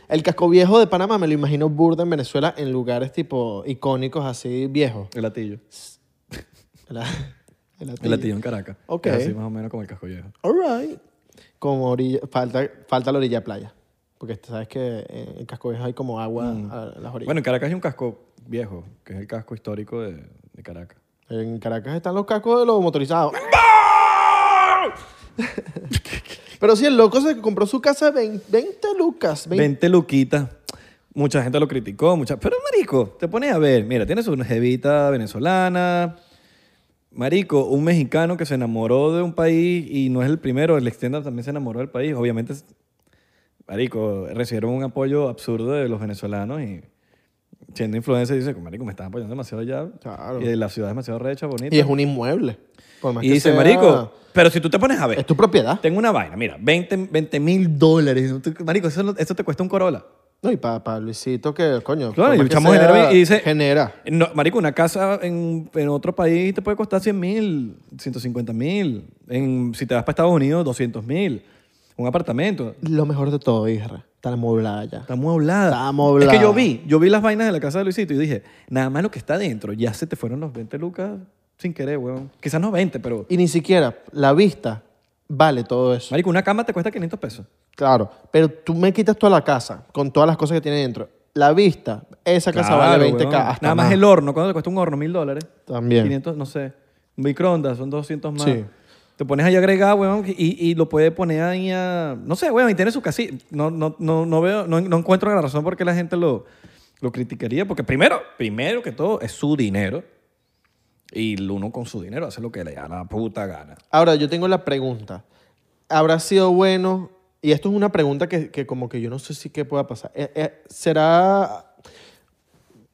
S2: El casco viejo de Panamá me lo imagino burda en Venezuela en lugares tipo icónicos así viejos.
S1: El latillo.
S2: La- el
S1: El
S2: latillo.
S1: latillo en Caracas.
S2: Ok.
S1: Es así más o menos como el casco viejo.
S2: All right. Como orilla, falta, falta la orilla de playa. Porque tú sabes que en el casco viejo hay como agua a las orillas.
S1: Mm. Bueno, en Caracas hay un casco viejo, que es el casco histórico de, de Caracas.
S2: En Caracas están los cascos de los motorizados. Pero sí, el loco se compró su casa vein- 20 lucas. 20
S1: Vente Luquita. Mucha gente lo criticó, mucha... pero marico, te pones a ver, mira, tienes una jevita venezolana, marico, un mexicano que se enamoró de un país y no es el primero, el extender también se enamoró del país, obviamente, marico, recibieron un apoyo absurdo de los venezolanos y siendo influencer dice, marico, me están apoyando demasiado ya
S2: Claro.
S1: y la ciudad es demasiado recha, bonita.
S2: Y es un inmueble. Por más
S1: Y
S2: que
S1: dice,
S2: sea-
S1: marico, pues". pero si tú te pones a ver,
S2: Es tu propiedad.
S1: tengo una vaina, mira, 20 mil dólares, Tú- marico, eso, no- eso te cuesta un Corolla.
S2: No, y para Luisito, que coño.
S1: Claro,
S2: por
S1: y
S2: más
S1: el
S2: que
S1: chamo
S2: sea,
S1: genera y dice-
S2: Genera.
S1: No, marico, una casa en, en otro país te puede costar 100 mil, 150 mil. En- Si te vas para Estados Unidos, 200 mil. Un apartamento.
S2: Lo mejor de todo, Isra. Está amueblada ya.
S1: Está amueblada.
S2: Está amueblada.
S1: Es que yo vi, yo vi las vainas de la casa de Luisito y dije, nada más lo que está adentro, ya se te fueron los 20 lucas sin querer, weón. Quizás no 20, pero...
S2: Y ni siquiera la vista vale todo eso.
S1: Marico, una cama te cuesta 500 pesos.
S2: Claro, pero tú me quitas toda la casa con todas las cosas que tiene dentro. La vista, esa casa
S1: Claro,
S2: vale 20k.
S1: weón.
S2: Hasta
S1: Nada más, el horno. ¿Cuánto te cuesta un horno? ¿Mil dólares?
S2: También.
S1: 500, no sé. Microondas, son 200 más.
S2: Sí.
S1: Te pones ahí a agregar, weón, y, y lo puede poner ahí a... No sé, weón, y tiene su casita. No, no, no, no veo, no, no encuentro la razón por qué la gente lo, lo criticaría. Porque primero, primero que todo, es su dinero. Y el uno con su dinero hace lo que le da la puta gana.
S2: Ahora, yo tengo la pregunta. ¿Habrá sido bueno? Y esto es una pregunta que, que como que yo no sé si qué pueda pasar. Eh, eh, ¿Será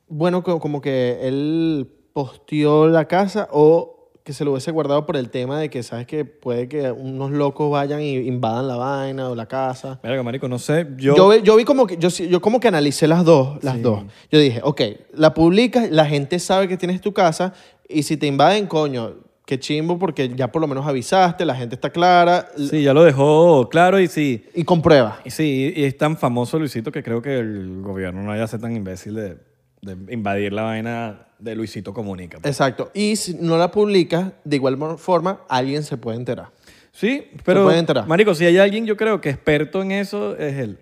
S2: bueno co- como que él posteó la casa o que se lo hubiese guardado por el tema de que, ¿sabes que Puede que unos locos vayan y invadan la vaina o la casa.
S1: Verga, marico, no sé.
S2: Yo,
S1: Yo...
S2: vi- yo vi como que yo, sí- yo como que analicé las dos, las dos. Yo dije, ok, la publicas, la gente sabe que tienes tu casa y si te invaden, coño, qué chimbo porque ya por lo menos avisaste, la gente está clara l-
S1: sí, ya lo dejó claro y sí.
S2: y comprueba.
S1: Y Sí, y es tan famoso Luisito que creo que el gobierno no haya ser tan imbécil de, de invadir la vaina de Luisito Comunica. pues.
S2: Exacto. Y si no la publicas, de igual mo- forma, alguien se puede enterar.
S1: Sí, pero
S2: puede entrar.
S1: marico, si hay alguien yo creo que experto en eso es él.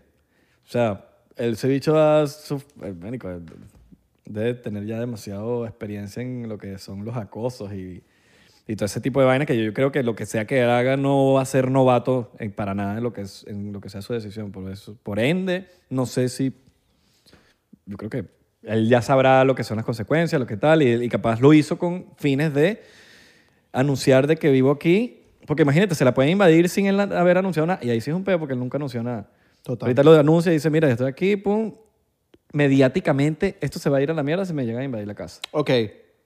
S1: O sea, él se bicho da su, el marico él debe tener ya demasiado experiencia en lo que son los acosos y, y todo ese tipo de vainas que yo, yo creo que lo que sea que él haga no va a ser novato en- para nada en lo que es- en lo que sea su decisión por eso. Por ende, no sé si yo creo que él ya sabrá lo que son las consecuencias, lo que tal, y, y capaz lo hizo con fines de anunciar de que vivo aquí. Porque imagínate, se la pueden invadir sin él haber anunciado nada. Y ahí sí es un peo porque él nunca anunció nada.
S2: Total.
S1: Ahorita lo anuncia y dice, mira, yo estoy aquí, pum. Mediáticamente, esto se va a ir a la mierda si me llegan a invadir la casa.
S2: Ok,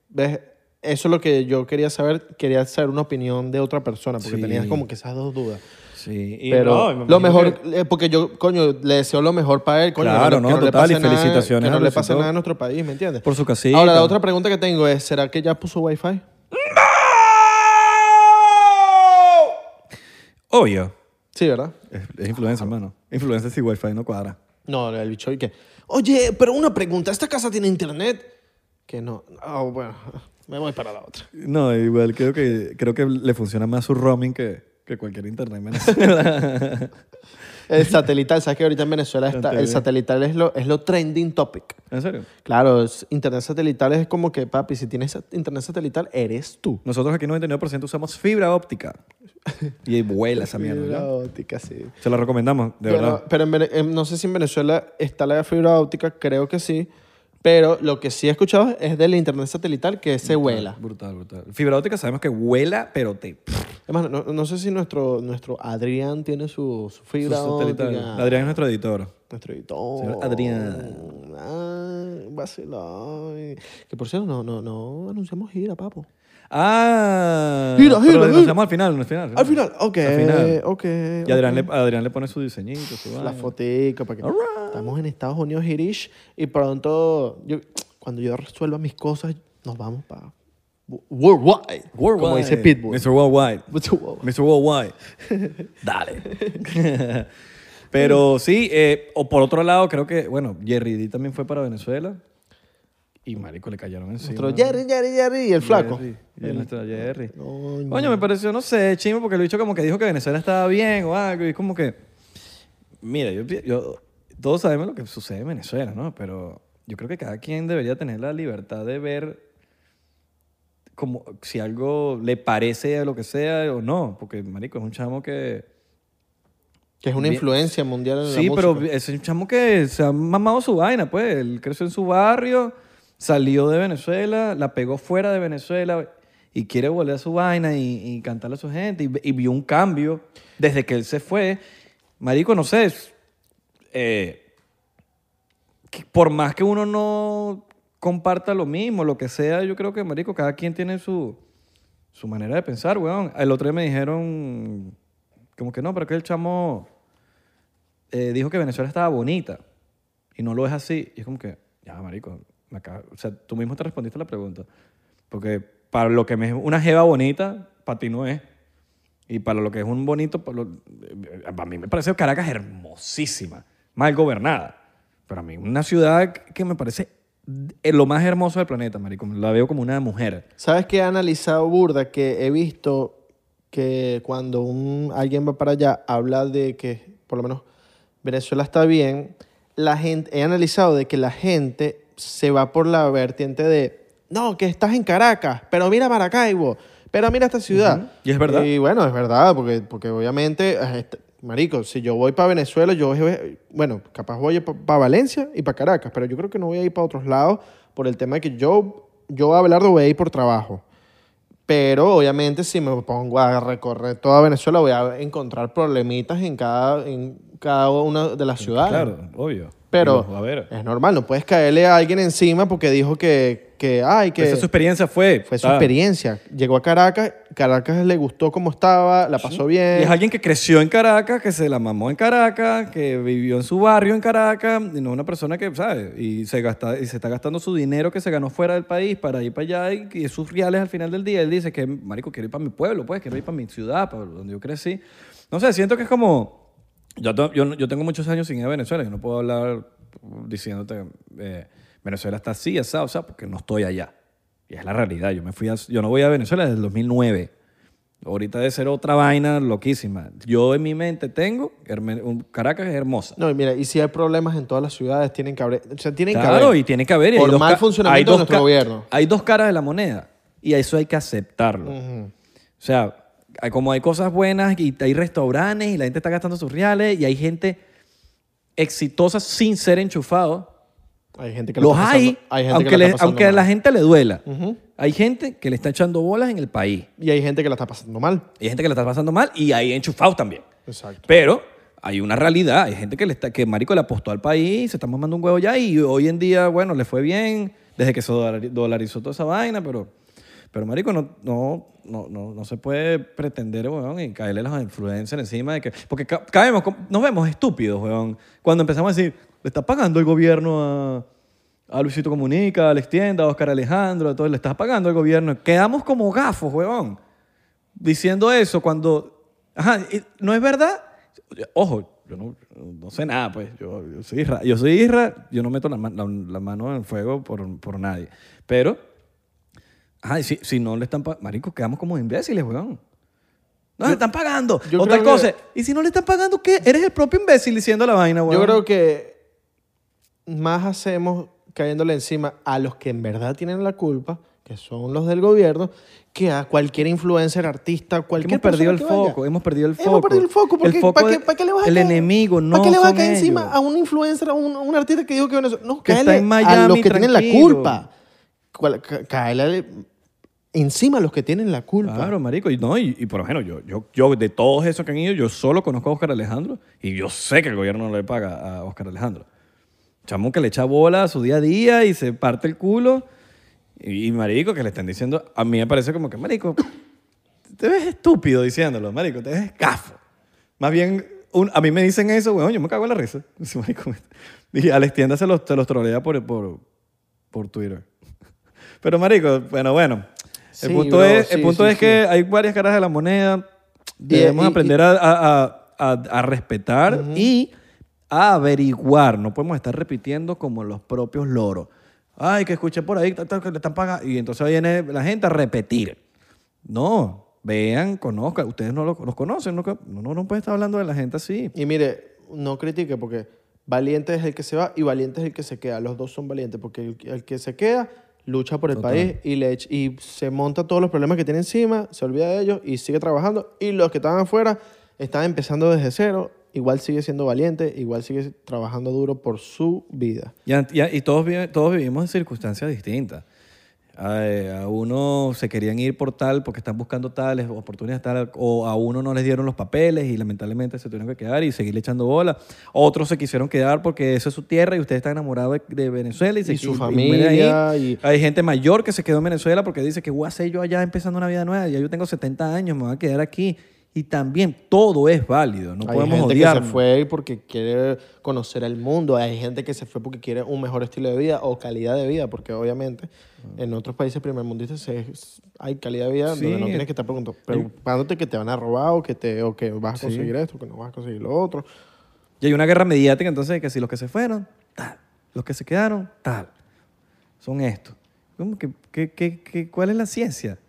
S2: ¿ves? Eso es lo que yo quería saber. Quería saber una opinión de otra persona porque
S1: Sí.
S2: tenías como que esas dos dudas.
S1: Sí, y
S2: Pero
S1: no, y me
S2: lo
S1: imagino
S2: mejor,
S1: que-
S2: eh, porque yo, coño, le deseo lo mejor para él, coño.
S1: Claro, no,
S2: que le
S1: total,
S2: pase
S1: y
S2: nada-
S1: felicitaciones
S2: Que
S1: a
S2: no
S1: los
S2: le
S1: y
S2: pase
S1: todo.
S2: nada a nuestro país, ¿me entiendes?
S1: Por su casita.
S2: Ahora, la otra pregunta que tengo es, ¿será que ya puso Wi-Fi?
S1: Obvio.
S2: Sí, ¿verdad?
S1: Es, es influencer, hermano. Influencer sin wifi no cuadra.
S2: No, el bicho y que, oye, pero una pregunta, ¿esta casa tiene internet? Que no. Ah, bueno, me voy para la otra.
S1: No, igual creo que, creo que le funciona más su roaming que, que cualquier internet en Venezuela.
S2: El satelital, ¿sabes que ahorita en Venezuela está, el
S1: Entendí.
S2: satelital es lo, es lo trending topic?
S1: ¿En serio?
S2: Claro, es- internet satelital es como que, papi, si tienes sat- internet satelital, eres tú.
S1: Nosotros aquí 99% usamos fibra óptica. Y ahí vuela esa mierda.
S2: Fibra
S1: ¿verdad?
S2: óptica, sí.
S1: Se la recomendamos, de
S2: Pero,
S1: verdad.
S2: pero en Vene- en- no sé si en Venezuela está la fibra óptica, creo que sí. Pero lo que sí he escuchado es del internet satelital que se vuela.
S1: Brutal, brutal. Fibra óptica sabemos que vuela, pero te...
S2: Además, no, no sé si nuestro, nuestro Adrián tiene su, su fibra
S1: Su satelital.
S2: óptica.
S1: Adrián es nuestro editor.
S2: Nuestro editor.
S1: Señor Adrián.
S2: Ah, vacilón. Que por cierto, no, no, no anunciamos gira, papo.
S1: Ah.
S2: Gira, gira,
S1: pero lo
S2: gira.
S1: anunciamos al final, al final.
S2: Al final, ok.
S1: Al final.
S2: Ok.
S1: Y Adrián le, Adrián le pone su diseñito, su
S2: La
S1: vaina.
S2: fotica, para que.
S1: Alright.
S2: Estamos en Estados Unidos, Girish, y pronto, yo, cuando yo resuelva mis cosas, nos vamos para worldwide,
S1: Worldwide.
S2: como dice Pitbull.
S1: Mr. Worldwide.
S2: Worldwide.
S1: Mr. Worldwide. Dale. Pero sí, eh, o por otro lado, creo que, bueno, Jerry D también fue para Venezuela. Y marico, le cayeron encima.
S2: Nuestro Jerry, Jerry, Jerry, y el flaco.
S1: Jerry. Y el nuestro Jerry.
S2: Coño.
S1: Coño, me pareció, no sé, chimo, porque el bicho como que dijo que Venezuela estaba bien o algo. Y es como que. Mira, yo, pi- yo- Todos sabemos lo que sucede en Venezuela, ¿no? Pero yo creo que cada quien debería tener la libertad de ver como si algo le parece a lo que sea o no. Porque, marico, es un chamo que.
S2: Que es una
S1: Bien.
S2: influencia mundial en la
S1: Sí, pero
S2: música.
S1: es un chamo que se ha mamado su vaina, pues. Él creció en su barrio, salió de Venezuela, la pegó fuera de Venezuela y quiere volver a su vaina y, y cantarle a su gente. Y, y vio un cambio desde que él se fue. Marico, no sé. es- eh, que por más que uno no comparta lo mismo, lo que sea, yo creo que, marico, cada quien tiene su, su manera de pensar, weón. El otro día me dijeron, como que no, pero que el chamo eh, dijo que Venezuela estaba bonita y no lo es así. Y es como que, ya, marico, me acaba- o sea, tú mismo te respondiste la pregunta. Porque para lo que me es una jeva bonita, para ti no es. Y para lo que es un bonito, para, lo- eh, a mí me parece Caracas hermosísima, mal gobernada. Pero a mí una ciudad que me parece eh, lo más hermoso del planeta, marico. La veo como una mujer.
S2: ¿Sabes qué he analizado, Burda? Que he visto que cuando un, alguien va para allá, habla de que, por lo menos, Venezuela está bien. La gente, he analizado de que la gente se va por la vertiente de, no, que estás en Caracas, pero mira Maracaibo, pero mira esta ciudad.
S1: Ujú. Y es verdad.
S2: Y bueno, es verdad, porque, porque obviamente, eh, este- marico, si yo voy para Venezuela, yo, voy- bueno, capaz voy para Valencia y para Caracas, pero yo creo que no voy a ir para otros lados por el tema de que yo, yo Abelardo, voy a ir por trabajo. Pero obviamente si me pongo a recorrer toda Venezuela voy a encontrar problemitas en cada, en cada una de las ciudades.
S1: Claro, obvio.
S2: Pero
S1: Digo, a ver.
S2: es normal, no puedes caerle a alguien encima porque dijo que, que ay, que
S1: Esa su experiencia fue.
S2: fue su
S1: Ah.
S2: experiencia. Llegó a Caracas, Caracas le gustó cómo estaba, la pasó
S1: Y es
S2: bien.
S1: alguien que creció en Caracas, que se la mamó en Caracas, que vivió en su barrio en Caracas, y no es una persona que, ¿sabes? Y se, gasta, y se está gastando su dinero que se ganó fuera del país para ir para allá y, y sus reales al final del día. Él dice que, marico, quiero ir para mi pueblo, pues, quiero ir para mi ciudad, para donde yo crecí. No sé, siento que es como... Yo, to- yo, yo tengo muchos años sin ir a Venezuela, yo no puedo hablar diciéndote eh, Venezuela está así, asado, o sea, porque no estoy allá. Y es la realidad. Yo, me fui a- yo no voy a Venezuela desde el 2009. Ahorita debe ser otra vaina loquísima. Yo en mi mente tengo, Herme- un- Caracas es hermosa.
S2: No, y mira, y si hay problemas en todas las ciudades, tienen que haber. O sea, tienen que
S1: Claro,
S2: haber.
S1: y tiene que haber. y
S2: Por mal
S1: ca-
S2: funcionamiento
S1: hay dos
S2: de nuestro
S1: ca-
S2: gobierno.
S1: Hay dos caras de la moneda y eso hay que aceptarlo. O sea, hay- como hay cosas buenas y hay restaurantes y la gente está gastando sus reales y hay gente exitosa sin ser enchufado.
S2: Hay gente que la
S1: Los
S2: está
S1: hay,
S2: pasando- hay gente
S1: aunque,
S2: que la
S1: le-
S2: está pasando
S1: aunque a
S2: mal.
S1: la gente le duela. Hay gente que le está echando bolas en el país.
S2: Y hay gente que la está pasando mal.
S1: Hay gente que la está pasando mal y hay enchufados también.
S2: Exacto.
S1: Pero hay una realidad, hay gente que le está, que marico le apostó al país, se está mamando un huevo ya y hoy en día, bueno, le fue bien desde que se dolari- dolarizó toda esa vaina, pero, pero marico no, no, no, no, no se puede pretender, weón, y caerle a los influencers encima de que... Porque ca- caemos, com- nos vemos estúpidos, weón. Cuando empezamos a decir, le está pagando el gobierno a, a Luisito Comunica, a Alex Tienda, a Oscar Alejandro, a todos, le está pagando el gobierno. Quedamos como gafos, weón diciendo eso cuando... Ajá, y- ¿no es verdad? Ojo, yo no, no sé nada, pues. Yo, yo soy isra, yo soy isra, yo no meto la, ma- la- la mano en el fuego por, por nadie. Pero, ajá, y si, si no le están pagando... Marico, quedamos como imbéciles, weón. No le están pagando.
S2: yo
S1: Otra
S2: creo que-
S1: cosa, y si no le están pagando, ¿qué? Eres el propio imbécil diciendo la vaina, weón.
S2: Yo creo que más hacemos cayéndole encima a los que en verdad tienen la culpa, que son los del gobierno, que a cualquier influencer, artista, cualquier
S1: hemos perdido el
S2: persona que vaya.
S1: foco, hemos perdido el foco.
S2: Hemos perdido el foco,
S1: El
S2: porque
S1: foco
S2: ¿para, qué,
S1: de-
S2: para qué le vas a
S1: el
S2: caer?
S1: enemigo, no
S2: ¿Para qué le vas a
S1: son
S2: caer encima
S1: ellos.
S2: a un influencer, a un, a un artista que dijo que Venezuela? No,
S1: Que está
S2: cáele
S1: en
S2: a los
S1: Miami,
S2: que tienen la
S1: tranquilo.
S2: culpa. Cual- ca- Cáele encima a los que tienen la culpa.
S1: Claro, marico. Y, no, y, y por ejemplo, yo, yo, yo de todos esos que han ido, yo solo conozco a Oscar Alejandro y yo sé que el gobierno no le paga a Oscar Alejandro. Chamo que le echa bola a su día a día y se parte el culo. Y, y, marico, que le están diciendo... A mí me parece como que, marico, te ves estúpido diciéndolo, marico. Te ves gafo. Más bien, un- a mí me dicen eso, weón, yo me cago en la risa. Sí, marico. Y Alex Tienda se los, se los trolea por, por, por Twitter. Pero, marico, bueno, bueno. El
S2: Sí,
S1: punto
S2: bro,
S1: es, el
S2: sí,
S1: punto
S2: sí,
S1: es que hay varias caras de la moneda. Debemos
S2: y-
S1: aprender a, a- a- a- a respetar y a averiguar. No podemos estar repitiendo como los propios loros. Ay, que escuché por ahí, tal, tal, que le están pagando. Y entonces viene la gente a repetir. No, vean, conozcan. Ustedes no lo- los conocen. No, no, no puede estar hablando de la gente así.
S2: Y mire, no critique porque valiente es el que se va y valiente es el que se queda. Los dos son valientes porque el, el que se queda lucha por el
S1: Total.
S2: país y, le, echa- y se monta todos los problemas que tiene encima, se olvida de ellos y sigue trabajando. Y los que están afuera están empezando desde cero, igual sigue siendo valiente, igual sigue trabajando duro por su vida.
S1: Y, ant- y- y todos, vi- todos vivimos en circunstancias distintas. Ay, A, uno se querían ir por tal porque están buscando tales oportunidades, tal, o a uno no les dieron los papeles y lamentablemente se tuvieron que quedar y seguirle echando bola. Otros se quisieron quedar porque esa es su tierra y usted está enamorado de, de Venezuela y, se
S2: Y su
S1: muere
S2: familia, y-
S1: Hay gente mayor que se quedó en Venezuela porque dice que voy a hacer yo allá empezando una vida nueva, ya yo tengo 70 años, me voy a quedar aquí. Y también todo es válido, no
S2: Hay
S1: podemos
S2: gente
S1: odiar.
S2: que se fue porque quiere conocer el mundo, hay gente que se fue porque quiere un mejor estilo de vida o calidad de vida, porque obviamente
S1: Mm.
S2: en otros países primermundistas se- hay calidad de vida donde
S1: Sí.
S2: no tienes que estar pregunto- preocupándote que te van a robar o que, te, o que vas a conseguir esto, que no vas a conseguir lo otro.
S1: Y hay una guerra mediática, entonces, que si los que se fueron, tal. Los que se quedaron, tal. Son estos. ¿Cómo que, que- que- que- ¿Cuál es la ciencia?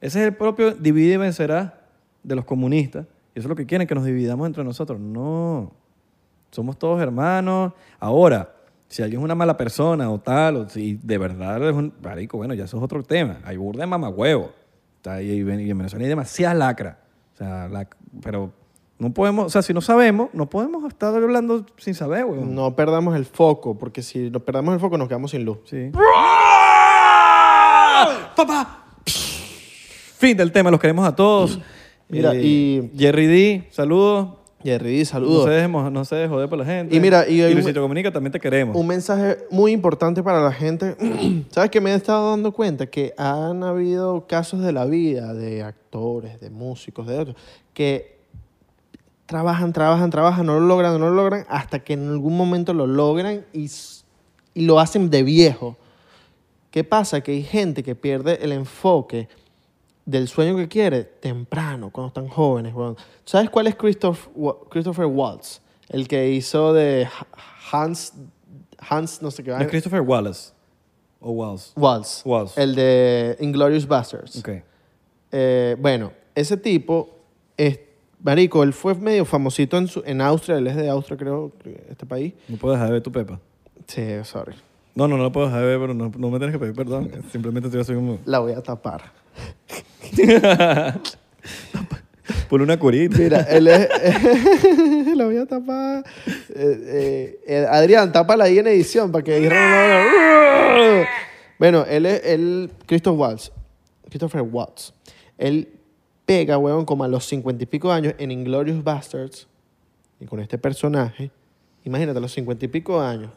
S1: Ese es el propio divide y vencerá de los comunistas. Y eso es lo que quieren, que nos dividamos entre nosotros. No. Somos todos hermanos. Ahora, si alguien es una mala persona o tal, o si de verdad es un... Marico, bueno, ya eso es otro tema. Hay burda de mamagüevo. Está ahí, Y ven- y en Venezuela hay demasiada lacra. O sea, la- pero no podemos... O sea, si no sabemos, no podemos estar hablando sin saber, weón.
S2: No perdamos el foco, porque si nos perdamos el foco nos quedamos sin luz.
S1: Sí. ¡Papá! Fin del tema, los queremos a todos. Eh,
S2: Mira, y-
S1: Jerry D, saludos.
S2: Jerry,
S1: No
S2: saludos.
S1: se, dejemos, no se deje joder por la gente.
S2: Y mira, y hay un-
S1: Luisito Comunica también te queremos.
S2: Un mensaje muy importante para la gente. ¿Sabes que me he estado dando cuenta? Que han habido casos de la vida, de actores, de músicos, de otros, que trabajan, trabajan, trabajan, no lo logran, no lo logran, hasta que en algún momento lo logran y, s- y lo hacen de viejo. ¿Qué pasa? Que hay gente que pierde el enfoque del sueño que quiere temprano, cuando están jóvenes. weón. ¿Sabes cuál es Christoph Wa- Christopher Waltz? El que hizo de Ha- Hans, Hans no sé qué.
S1: Es Christopher Wallace. O Wallace.
S2: Waltz.
S1: Waltz.
S2: El de Inglorious Basterds.
S1: Ok.
S2: Eh, bueno, ese tipo, es, Marico, él fue medio famosito en, su- en Austria, él es de Austria, creo, este país.
S1: No puedo dejar de ver tu pepa.
S2: Sí, sorry.
S1: No, no, no la puedo dejar de ver, pero no, no me tienes que pedir perdón. Simplemente te voy a hacer como...
S2: La voy a tapar.
S1: Por una curita.
S2: Mira, él es. la voy a tapar. Eh, eh, eh, Adrián, tápala ahí en edición para que. bueno, él es. Él, Christoph Waltz. Christopher Waltz. Él pega, huevón, como a los cincuenta y pico años en Inglorious Bastards. Y con este personaje. Imagínate, a los cincuenta y pico años.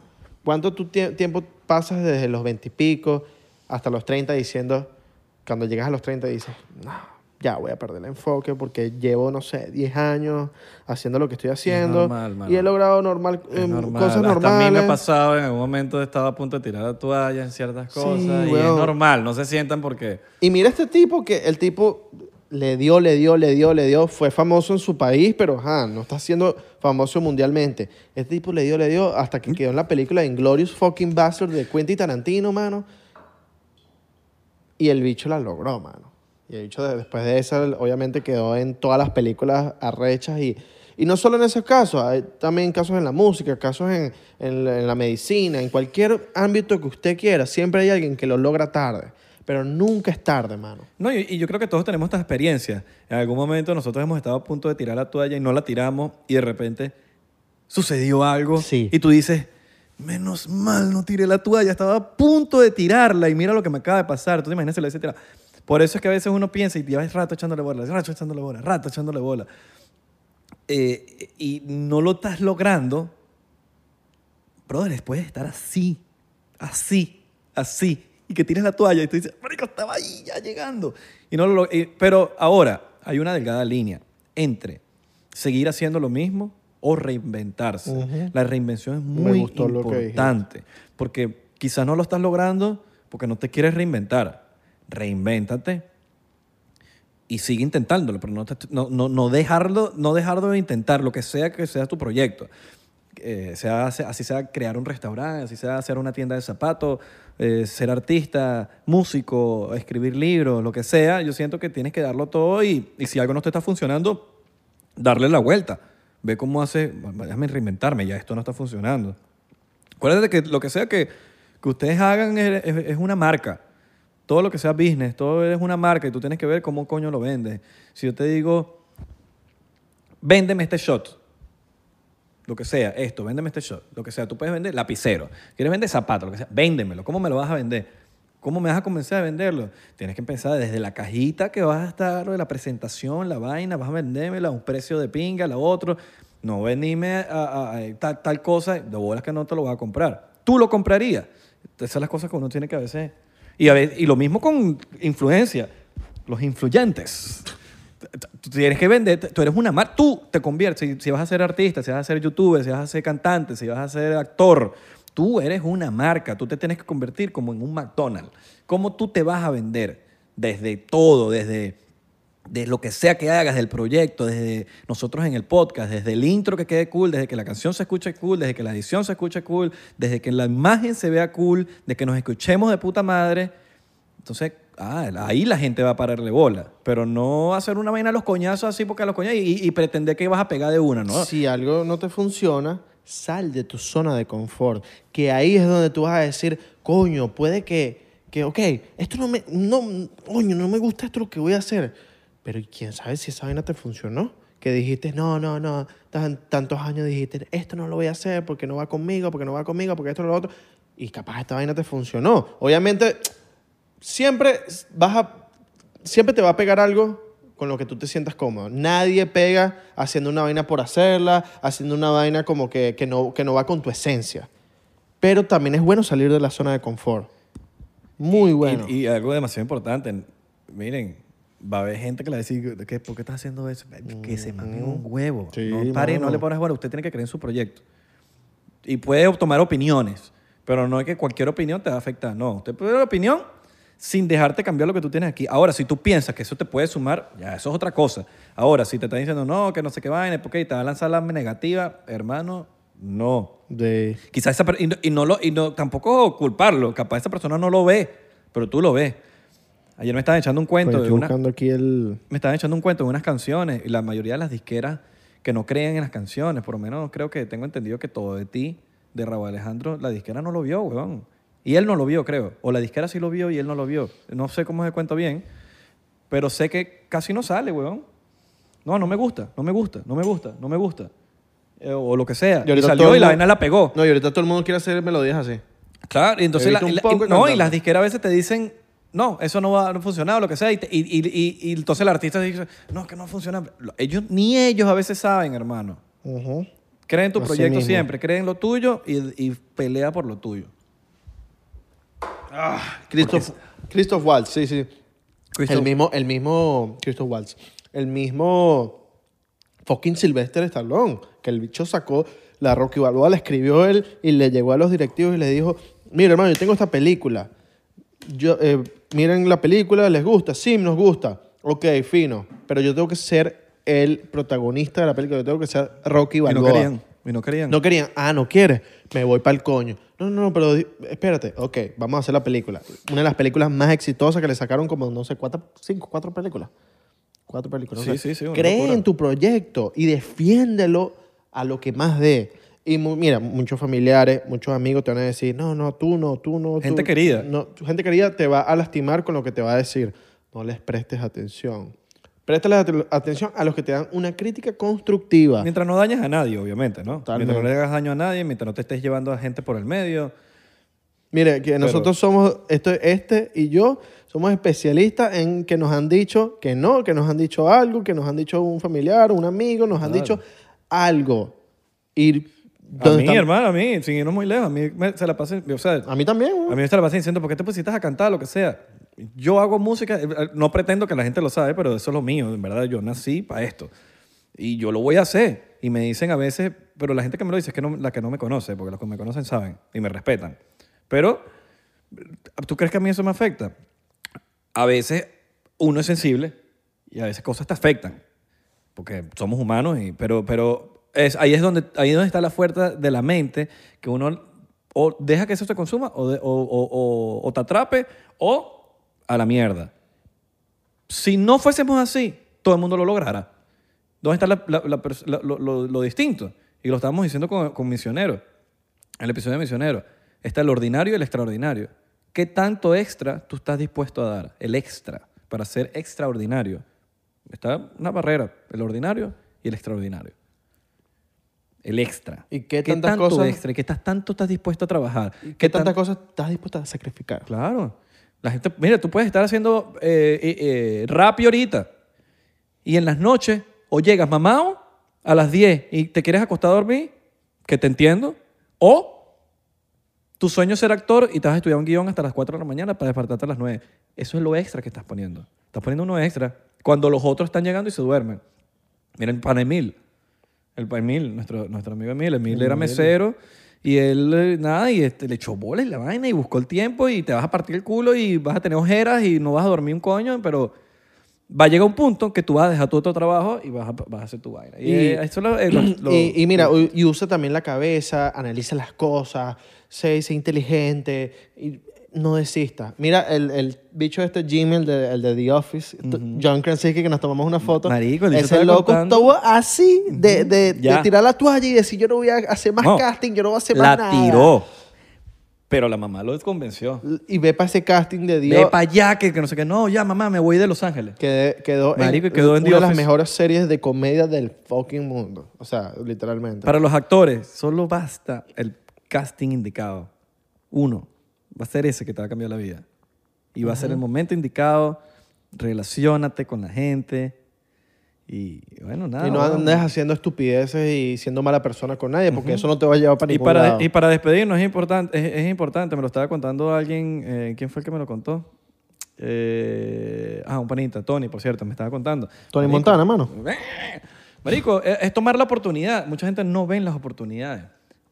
S2: ¿Cuánto tú tie- tiempo pasas desde los 20 y pico hasta los 30 diciendo. Cuando llegas a los 30 dices. No, ya voy a perder el enfoque porque llevo, no sé, 10 años haciendo lo que estoy haciendo
S1: normal, mano.
S2: y he logrado normal,
S1: Es
S2: em,
S1: normal.
S2: cosas
S1: Hasta a
S2: normales.
S1: mí me ha pasado en algún momento estaba a punto de tirar la toalla en ciertas
S2: Sí,
S1: cosas y es
S2: weón.
S1: normal, no se sientan porque
S2: Y mira este tipo que el tipo le dio, le dio, le dio, le dio. Fue famoso en su país, pero ajá, no está siendo famoso mundialmente. Este tipo le dio, le dio hasta que quedó en la película de Inglorious Fucking Bastard de Quentin Tarantino, mano. Y el bicho la logró, mano. Y el bicho de- después de esa, obviamente quedó en todas las películas arrechas y... Y no solo en esos casos, hay también casos en la música, casos en, en la- en la medicina, en cualquier ámbito que usted quiera, siempre hay alguien que lo logra tarde. Pero nunca es tarde, mano.
S1: No, y, y yo creo que todos tenemos estas experiencias. En algún momento nosotros hemos estado a punto de tirar la toalla y no la tiramos y de repente sucedió algo
S2: Sí.
S1: y tú dices, menos mal no tiré la toalla, estaba a punto de tirarla y mira lo que me acaba de pasar. Tú te imaginas si la hubiese tirado. Por eso es que a veces uno piensa y llevas rato echándole bola, rato echándole bola, rato echándole bola. Eh, y no lo estás logrando, brother, puedes estar así, así, así, y que tires la toalla y tú dices, marico, estaba ahí ya llegando. Y no lo, log- y- pero ahora hay una delgada línea entre seguir haciendo lo mismo o reinventarse.
S2: Ujú.
S1: La reinvención es
S2: Me
S1: muy
S2: gustó lo que dijiste.
S1: importante, porque quizás no lo estás logrando porque no te quieres reinventar. Reinvéntate y sigue intentándolo, pero no, te- no, no, no dejarlo, no dejarlo de intentar, lo que sea que sea tu proyecto. Eh, sea, sea- así sea crear un restaurante, así sea hacer una tienda de zapatos, eh, ser artista, músico, escribir libros, lo que sea, yo siento que tienes que darlo todo y, y si algo no te está funcionando, darle la vuelta. Ve cómo hace, "Bueno, déjame reinventarme, ya esto no está funcionando. Acuérdate que lo que sea que, que ustedes hagan es, es- es una marca. Todo lo que sea business, todo es una marca y tú tienes que ver cómo coño lo vendes. Si yo te digo, véndeme este shot, lo que sea, esto, véndeme este shot, lo que sea, tú puedes vender lapicero, quieres vender zapatos, lo que sea, véndemelo, ¿cómo me lo vas a vender? ¿Cómo me vas a convencer a venderlo? Tienes que empezar desde la cajita que vas a estar, lo de la presentación, la vaina, vas a vendérmela a un precio de pinga, la otro. No venime a, a- a tal, tal cosa, de bolas que no te lo vas a comprar. Tú lo comprarías. Esas son las cosas que uno tiene que a veces... Y, a veces, y lo mismo con influencia, los influyentes. Tú tienes que vender, tú eres una marca, tú te conviertes, si, si vas a ser artista, si vas a ser youtuber, si vas a ser cantante, si vas a ser actor, tú eres una marca, tú te tienes que convertir como en un McDonald's. ¿Cómo tú te vas a vender? Desde todo, desde de lo que sea que hagas, del proyecto, desde nosotros en el podcast, desde el intro que quede cool, desde que la canción se escuche cool, desde que la edición se escuche cool, desde que la imagen se vea cool, de que nos escuchemos de puta madre. Entonces, ah, ahí la gente va a pararle bola. Pero no hacer una vaina a los coñazos así porque a los coñazos y, y pretender que vas a pegar de una, ¿no?
S2: Si algo no te funciona, sal de tu zona de confort. Que ahí es donde tú vas a decir, coño, puede que, que ok, esto no me, no, coño, no me gusta esto lo que voy a hacer. Pero ¿y quién sabe si esa vaina te funcionó. Que dijiste, no, no, no, tan- tantos años dijiste, esto no lo voy a hacer porque no va conmigo, porque no va conmigo, porque esto no lo otro. Y capaz esta vaina te funcionó. Obviamente, siempre vas a siempre te va a pegar algo con lo que tú te sientas cómodo. Nadie pega haciendo una vaina por hacerla, haciendo una vaina como que, que, no, que no va con tu esencia. Pero también es bueno salir de la zona de confort. Muy bueno.
S1: Y, y algo demasiado importante. Miren, va a haber gente que le va a decir, "¿Qué- ¿por qué estás haciendo eso? Que se mame un huevo.
S2: Sí,
S1: no pare, no
S2: mano.
S1: le pones huevo. Usted tiene que creer en su proyecto. Y puede tomar opiniones, pero no es que cualquier opinión te va a afectar. No, usted puede dar la opinión sin dejarte cambiar lo que tú tienes aquí. Ahora, si tú piensas que eso te puede sumar, ya, eso es otra cosa. Ahora, si te están diciendo, no, que no sé qué vaina, porque te va a lanzar la negativa, hermano, no.
S2: De-
S1: Quizás esa per- y no, y no lo y no tampoco culparlo, capaz esa persona no lo ve, pero tú lo ves. Ayer me estaban echando un cuento
S2: Coño,
S1: de
S2: estoy
S1: una,
S2: buscando aquí el...
S1: me estaban echando un cuento de unas canciones y la mayoría de las disqueras que no creen en las canciones, por lo menos creo que tengo entendido que todo de ti de Raúl Alejandro la disquera no lo vio, weón. Y él no lo vio, creo. O la disquera sí lo vio y él no lo vio. No sé cómo es el cuento bien, pero sé que casi no sale, weón. No, no me gusta, no me gusta, no me gusta, no me gusta. Eh, o lo que sea.
S2: Y
S1: Y
S2: ahorita todo
S1: salió y
S2: el
S1: la
S2: mundo-
S1: vaina la pegó.
S2: No, y ahorita todo el mundo quiere hacer melodías así.
S1: Claro, y entonces
S2: He
S1: la-
S2: visto un
S1: la-
S2: poco
S1: y- no, y
S2: cantando.
S1: las disqueras a veces te dicen, no, eso no va a funcionar o lo que sea, y, te- y- y- y- y entonces el artista dice, no, es que no funciona. Lo- Ellos, ni ellos a veces saben, hermano.
S2: Ujú.
S1: Creen en tu
S2: Así
S1: proyecto
S2: mismo.
S1: siempre, creen en lo tuyo y, y pelea por lo tuyo.
S2: Christoph, Christoph Waltz, sí, sí.
S1: Christoph-
S2: El mismo, el mismo Christoph Waltz. El mismo fucking Sylvester Stallone, que el bicho sacó la Rocky Balboa, la escribió él y le llegó a los directivos y le dijo, mira hermano, yo tengo esta película. Yo, eh, miren la película, ¿les gusta? Sí, nos gusta. Ok, fino. Pero yo tengo que ser el protagonista de la película. Yo tengo que ser Rocky
S1: Y no
S2: Balboa.
S1: querían. Y no querían.
S2: No querían. Ah, no quieres. Me voy para el coño. No, no, no, pero di- espérate. Ok, vamos a hacer la película. Una de las películas más exitosas que le sacaron como, no sé, cuatro, cinco, cuatro películas. Cuatro películas. no
S1: Sí,
S2: sé.
S1: sí, sí, una
S2: Cree
S1: locura.
S2: en tu proyecto y defiéndelo a lo que más dé. Y mu- mira, muchos familiares, muchos amigos te van a decir, no, no, tú no, tú no. tú-
S1: Gente querida.
S2: No, tu gente querida te va a lastimar con lo que te va a decir. No les prestes atención. Préstales aten- atención a los que te dan una crítica constructiva.
S1: Mientras no dañes a nadie, obviamente, ¿no?
S2: Totalmente.
S1: Mientras no le hagas daño a nadie, mientras no te estés llevando a gente por el medio.
S2: Mire, que nosotros somos, esto, este y yo, somos especialistas en que nos han dicho que no, que nos han dicho algo, que nos han dicho un familiar, un amigo, nos han dicho algo. Y
S1: A mí,
S2: ¿dónde están-
S1: hermano, a mí, sin irnos muy lejos, a mí me- se la pasé, o sea,
S2: a mí también.
S1: a
S2: güey.
S1: mí me se la pasé diciendo, ¿por qué te pusiste a cantar, lo que sea? Yo hago música, eh, no pretendo que la gente lo sabe, pero eso es lo mío, en verdad, yo nací para esto. Y yo lo voy a hacer. Y me dicen a veces, pero la gente que me lo dice es que no, la que no me conoce, porque los que me conocen saben y me respetan. Pero, ¿tú crees que a mí eso me afecta? a veces uno es sensible y a veces cosas te afectan, porque somos humanos, y, pero, pero es, ahí, es donde, ahí es donde está la fuerza de la mente, que uno o deja que eso te consuma o, de- o- o- o- o te atrape o a la mierda. Si no fuésemos así, todo el mundo lo lograra. ¿Dónde está la- la- la pers- la- lo, lo- lo distinto? Y lo estábamos diciendo con, con Misioneros, en el episodio de Misioneros. Está el ordinario y el extraordinario. ¿Qué tanto extra tú estás dispuesto a dar? El extra, para ser extraordinario. Está una barrera, el ordinario y el extraordinario. El extra.
S2: ¿Y qué tantas
S1: tanto
S2: cosas-
S1: extra? ¿Y qué estás, tanto estás dispuesto a trabajar?
S2: ¿Qué,
S1: ¿Qué tan-
S2: tantas cosas estás dispuesta a sacrificar?
S1: Claro. La gente, mira, tú puedes estar haciendo eh, eh, eh, rap y ahorita y en las noches o llegas mamado a las 10 y te quieres acostar a dormir, que te entiendo, o tu sueño es ser actor y te vas a estudiar un guión hasta las 4 de la mañana para despertarte a las 9. Eso es lo extra que estás poniendo. Estás poniendo uno extra cuando los otros están llegando y se duermen. Miren, Pan Emil. El Pan Emil, nuestro, nuestro amigo Emil. Emil era mesero y él, eh, nada, y este, le echó bolas y la vaina y buscó el tiempo y te vas a partir el culo y vas a tener ojeras y no vas a dormir un coño, pero va a llegar un punto que tú vas a dejar tu otro trabajo y vas a, vas a hacer tu vaina. Y,
S2: Y-
S1: eh, eso lo- eh, lo- lo-
S2: y, y mira, u- y usa también la cabeza, analiza las cosas, sé, sé inteligente y no desista. Mira, el, el bicho este Jim, el de, el de The Office, t- John Krasinski, que nos tomamos una foto.
S1: Marico, el bicho
S2: ese
S1: estaba
S2: loco
S1: contando.
S2: estuvo así de, de- de
S1: Ya.
S2: tirar la toalla y decir, yo no voy a hacer más
S1: No,
S2: casting, yo no voy a hacer
S1: la
S2: más nada.
S1: tiró. Pero la mamá lo convenció.
S2: Y ve para ese casting de The
S1: Ve
S2: Office.
S1: para allá, que, que no sé qué. No, ya, mamá, me voy de Los Ángeles.
S2: que quedó,
S1: Marico,
S2: en,
S1: quedó en
S2: una
S1: The
S2: de las
S1: Office.
S2: mejores series de comedia del fucking mundo. O sea, literalmente.
S1: Para los actores, solo basta el casting indicado. Uno. Va a ser ese que te va a cambiar la vida. Y va a ser el momento indicado. Relaciónate con la gente. Y bueno, nada.
S2: y no
S1: bueno.
S2: andes haciendo estupideces y siendo mala persona con nadie, porque eso no te va a llevar para
S1: y
S2: ningún
S1: para,
S2: lado.
S1: y para despedirnos es importante, es, es importante, me lo estaba contando alguien, eh, ¿quién fue el que me lo contó? Eh, ah, un panita, Tony, por cierto, me estaba contando.
S2: Tony
S1: Marico,
S2: Montana, mano.
S1: Marico, es, es tomar la oportunidad. Mucha gente no ven las oportunidades.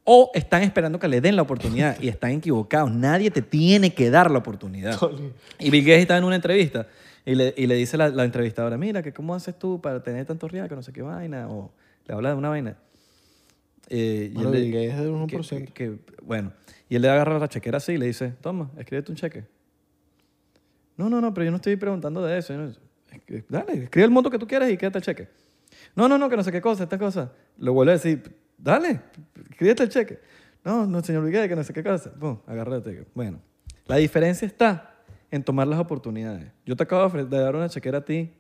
S1: O están esperando que le den la oportunidad y están equivocados. Nadie te tiene que dar la oportunidad. Y Bill Gates está en una entrevista y le, y le dice la, la entrevistadora, mira, que ¿cómo haces tú para tener tantos que no sé qué vaina? O le habla de una vaina. Eh, y
S2: Mano,
S1: él le-
S2: Bill Gates es del
S1: que-
S2: 1%.
S1: que- bueno, y él le agarra la chequera así y le dice, toma, escríbete un cheque. No, no, no, pero yo no estoy preguntando de eso. yo no- es que- Dale, escribe el monto que tú quieras y quédate el cheque. No, no, no, que no sé qué cosa, esta cosa. Lo vuelve a decir, dale, escríbete el cheque. No, no, señor Miguel, que no sé qué cosa. Pum, agarra el cheque. Bueno, la diferencia está en tomar las oportunidades. Yo te acabo de ofre- de dar una chequera a ti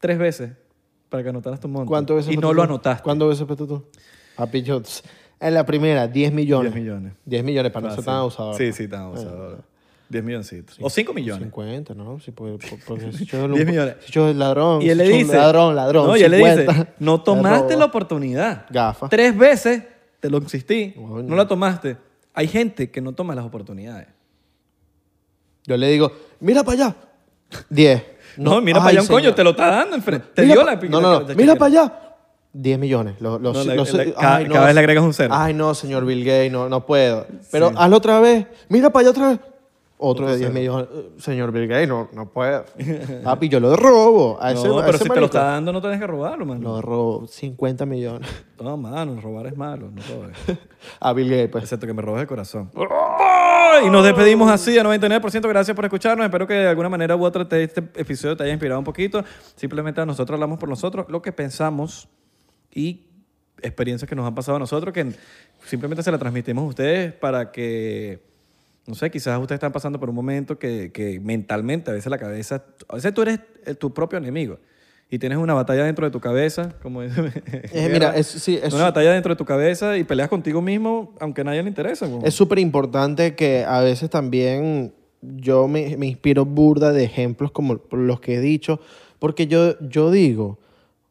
S1: tres veces para que anotaras tu monto.
S2: ¿Cuántas veces
S1: Y
S2: fuiste
S1: no
S2: tú?
S1: lo anotaste.
S2: ¿Cuántas veces fuiste tú? Papi, yo, tss, En la primera, 10 millones.
S1: 10 millones.
S2: 10 millones para no ser
S1: Fácil.
S2: tan abusador. pues. Ah.
S1: Sí, sí, tan abusador. 10 milloncitos. O 5 millones.
S2: 50, ¿no? Si puede- po- porque si yo
S1: 10 millones.
S2: Si yo es ladrón.
S1: Y él le
S2: si yo
S1: dice.
S2: Ladrón, ladrón.
S1: No, y él le dice,
S2: 50.
S1: no
S2: Te
S1: tomaste
S2: robo.
S1: la oportunidad.
S2: Gafa.
S1: Tres veces te lo insistí.
S2: Bueno.
S1: No la tomaste. Hay gente que no toma las oportunidades.
S2: Yo le digo, mira para allá. 10.
S1: No,
S2: No,
S1: mira para
S2: ay,
S1: allá un coño,
S2: señor.
S1: te lo está dando enfrente. Te
S2: Mira
S1: dio
S2: pa-
S1: la
S2: No, no, no. Mira para allá. 10 millones. Los, los-
S1: No, le-
S2: los-
S1: le- cada- cada vez le agregas un cero.
S2: Ay, no, señor Bill Gates, no, no puedo. Pero hazlo otra vez. Mira para allá otra vez. Otro de 10 millones. Eh, Señor Bill Gates, no, no puedo. Papi, yo lo robo. A ese,
S1: No,
S2: a
S1: pero si
S2: ese
S1: te lo
S2: marico.
S1: está dando, no tenés que robarlo, mano. No,
S2: Lo robo. 50 millones.
S1: mano, robar es malo. No robes.
S2: A Bill Gates, pues.
S1: Excepto que me robes el corazón. ¡Oh! Y nos despedimos así a 99%. Gracias por escucharnos. Espero que de alguna manera u otra te- este episodio te haya inspirado un poquito. Simplemente a nosotros hablamos por nosotros, lo que pensamos y experiencias que nos han pasado a nosotros que simplemente se la transmitimos a ustedes para que, no sé, quizás ustedes están pasando por un momento que, que mentalmente a veces la cabeza, a veces tú eres eh, tu propio enemigo y tienes una batalla dentro de tu cabeza, como dice-
S2: Eh, mira, es- sí, es-
S1: una batalla dentro de tu cabeza y peleas contigo mismo aunque a nadie le interesa. weón.
S2: Es súper importante que a veces también yo me, me inspiro burda de ejemplos como los que he dicho, porque yo, yo digo,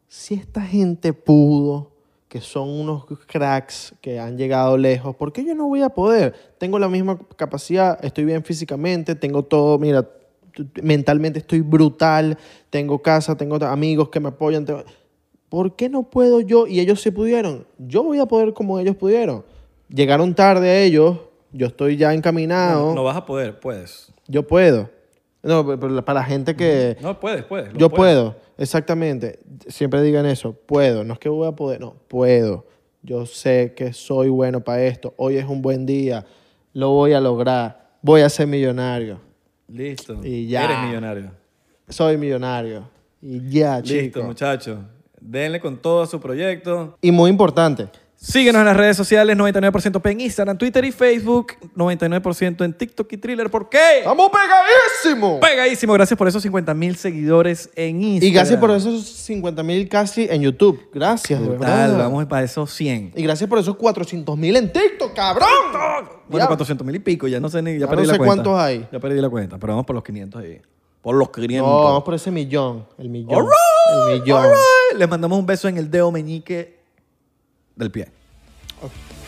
S2: si esta gente pudo, que son unos cracks que han llegado lejos, ¿por qué yo no voy a poder? Tengo la misma capacidad, estoy bien físicamente, tengo todo, mira, t- t- mentalmente estoy brutal, tengo casa, tengo t- amigos que me apoyan. tengo- ¿Por qué no puedo yo? Y ellos sí pudieron. Yo voy a poder como ellos pudieron. Llegaron tarde ellos, yo estoy ya encaminado,
S1: No vas a poder, puedes.
S2: yo puedo. No, pero- pero para la gente que...
S1: No, puedes, puedes. lo
S2: Yo
S1: puedes.
S2: puedo, exactamente. Siempre digan eso, puedo. No es que voy a poder, no, puedo. Yo sé que soy bueno para esto. Hoy es un buen día. Lo voy a lograr. Voy a ser millonario.
S1: Listo.
S2: Y ya.
S1: Eres millonario.
S2: Soy millonario. Y ya,
S1: Listo,
S2: chicos.
S1: muchachos. Denle con todo a su proyecto.
S2: Y muy importante,
S1: Síguenos en las redes sociales 99% P en Instagram, Twitter y Facebook, 99% en TikTok y Thriller. ¿Por qué?
S2: ¡Estamos pegadísimos!
S1: Pegadísimo. Gracias por esos 50 mil seguidores en Instagram.
S2: Y gracias por esos 50 mil casi en YouTube. Gracias, de verdad.
S1: Total, vamos para esos 100.
S2: Y gracias por esos 400 mil en TikTok, cabrón.
S1: Bueno,
S2: Ya.
S1: 400 mil y pico, ya no sé ni, ya
S2: Ya
S1: perdí
S2: no
S1: la
S2: sé
S1: cuenta.
S2: cuántos hay.
S1: Ya perdí la cuenta, pero vamos por los 500 ahí. Por los 500.
S2: No, vamos por ese millón. El millón.
S1: All right,
S2: el millón.
S1: all right. Les mandamos un beso en el dedo meñique del pie.
S2: Ok.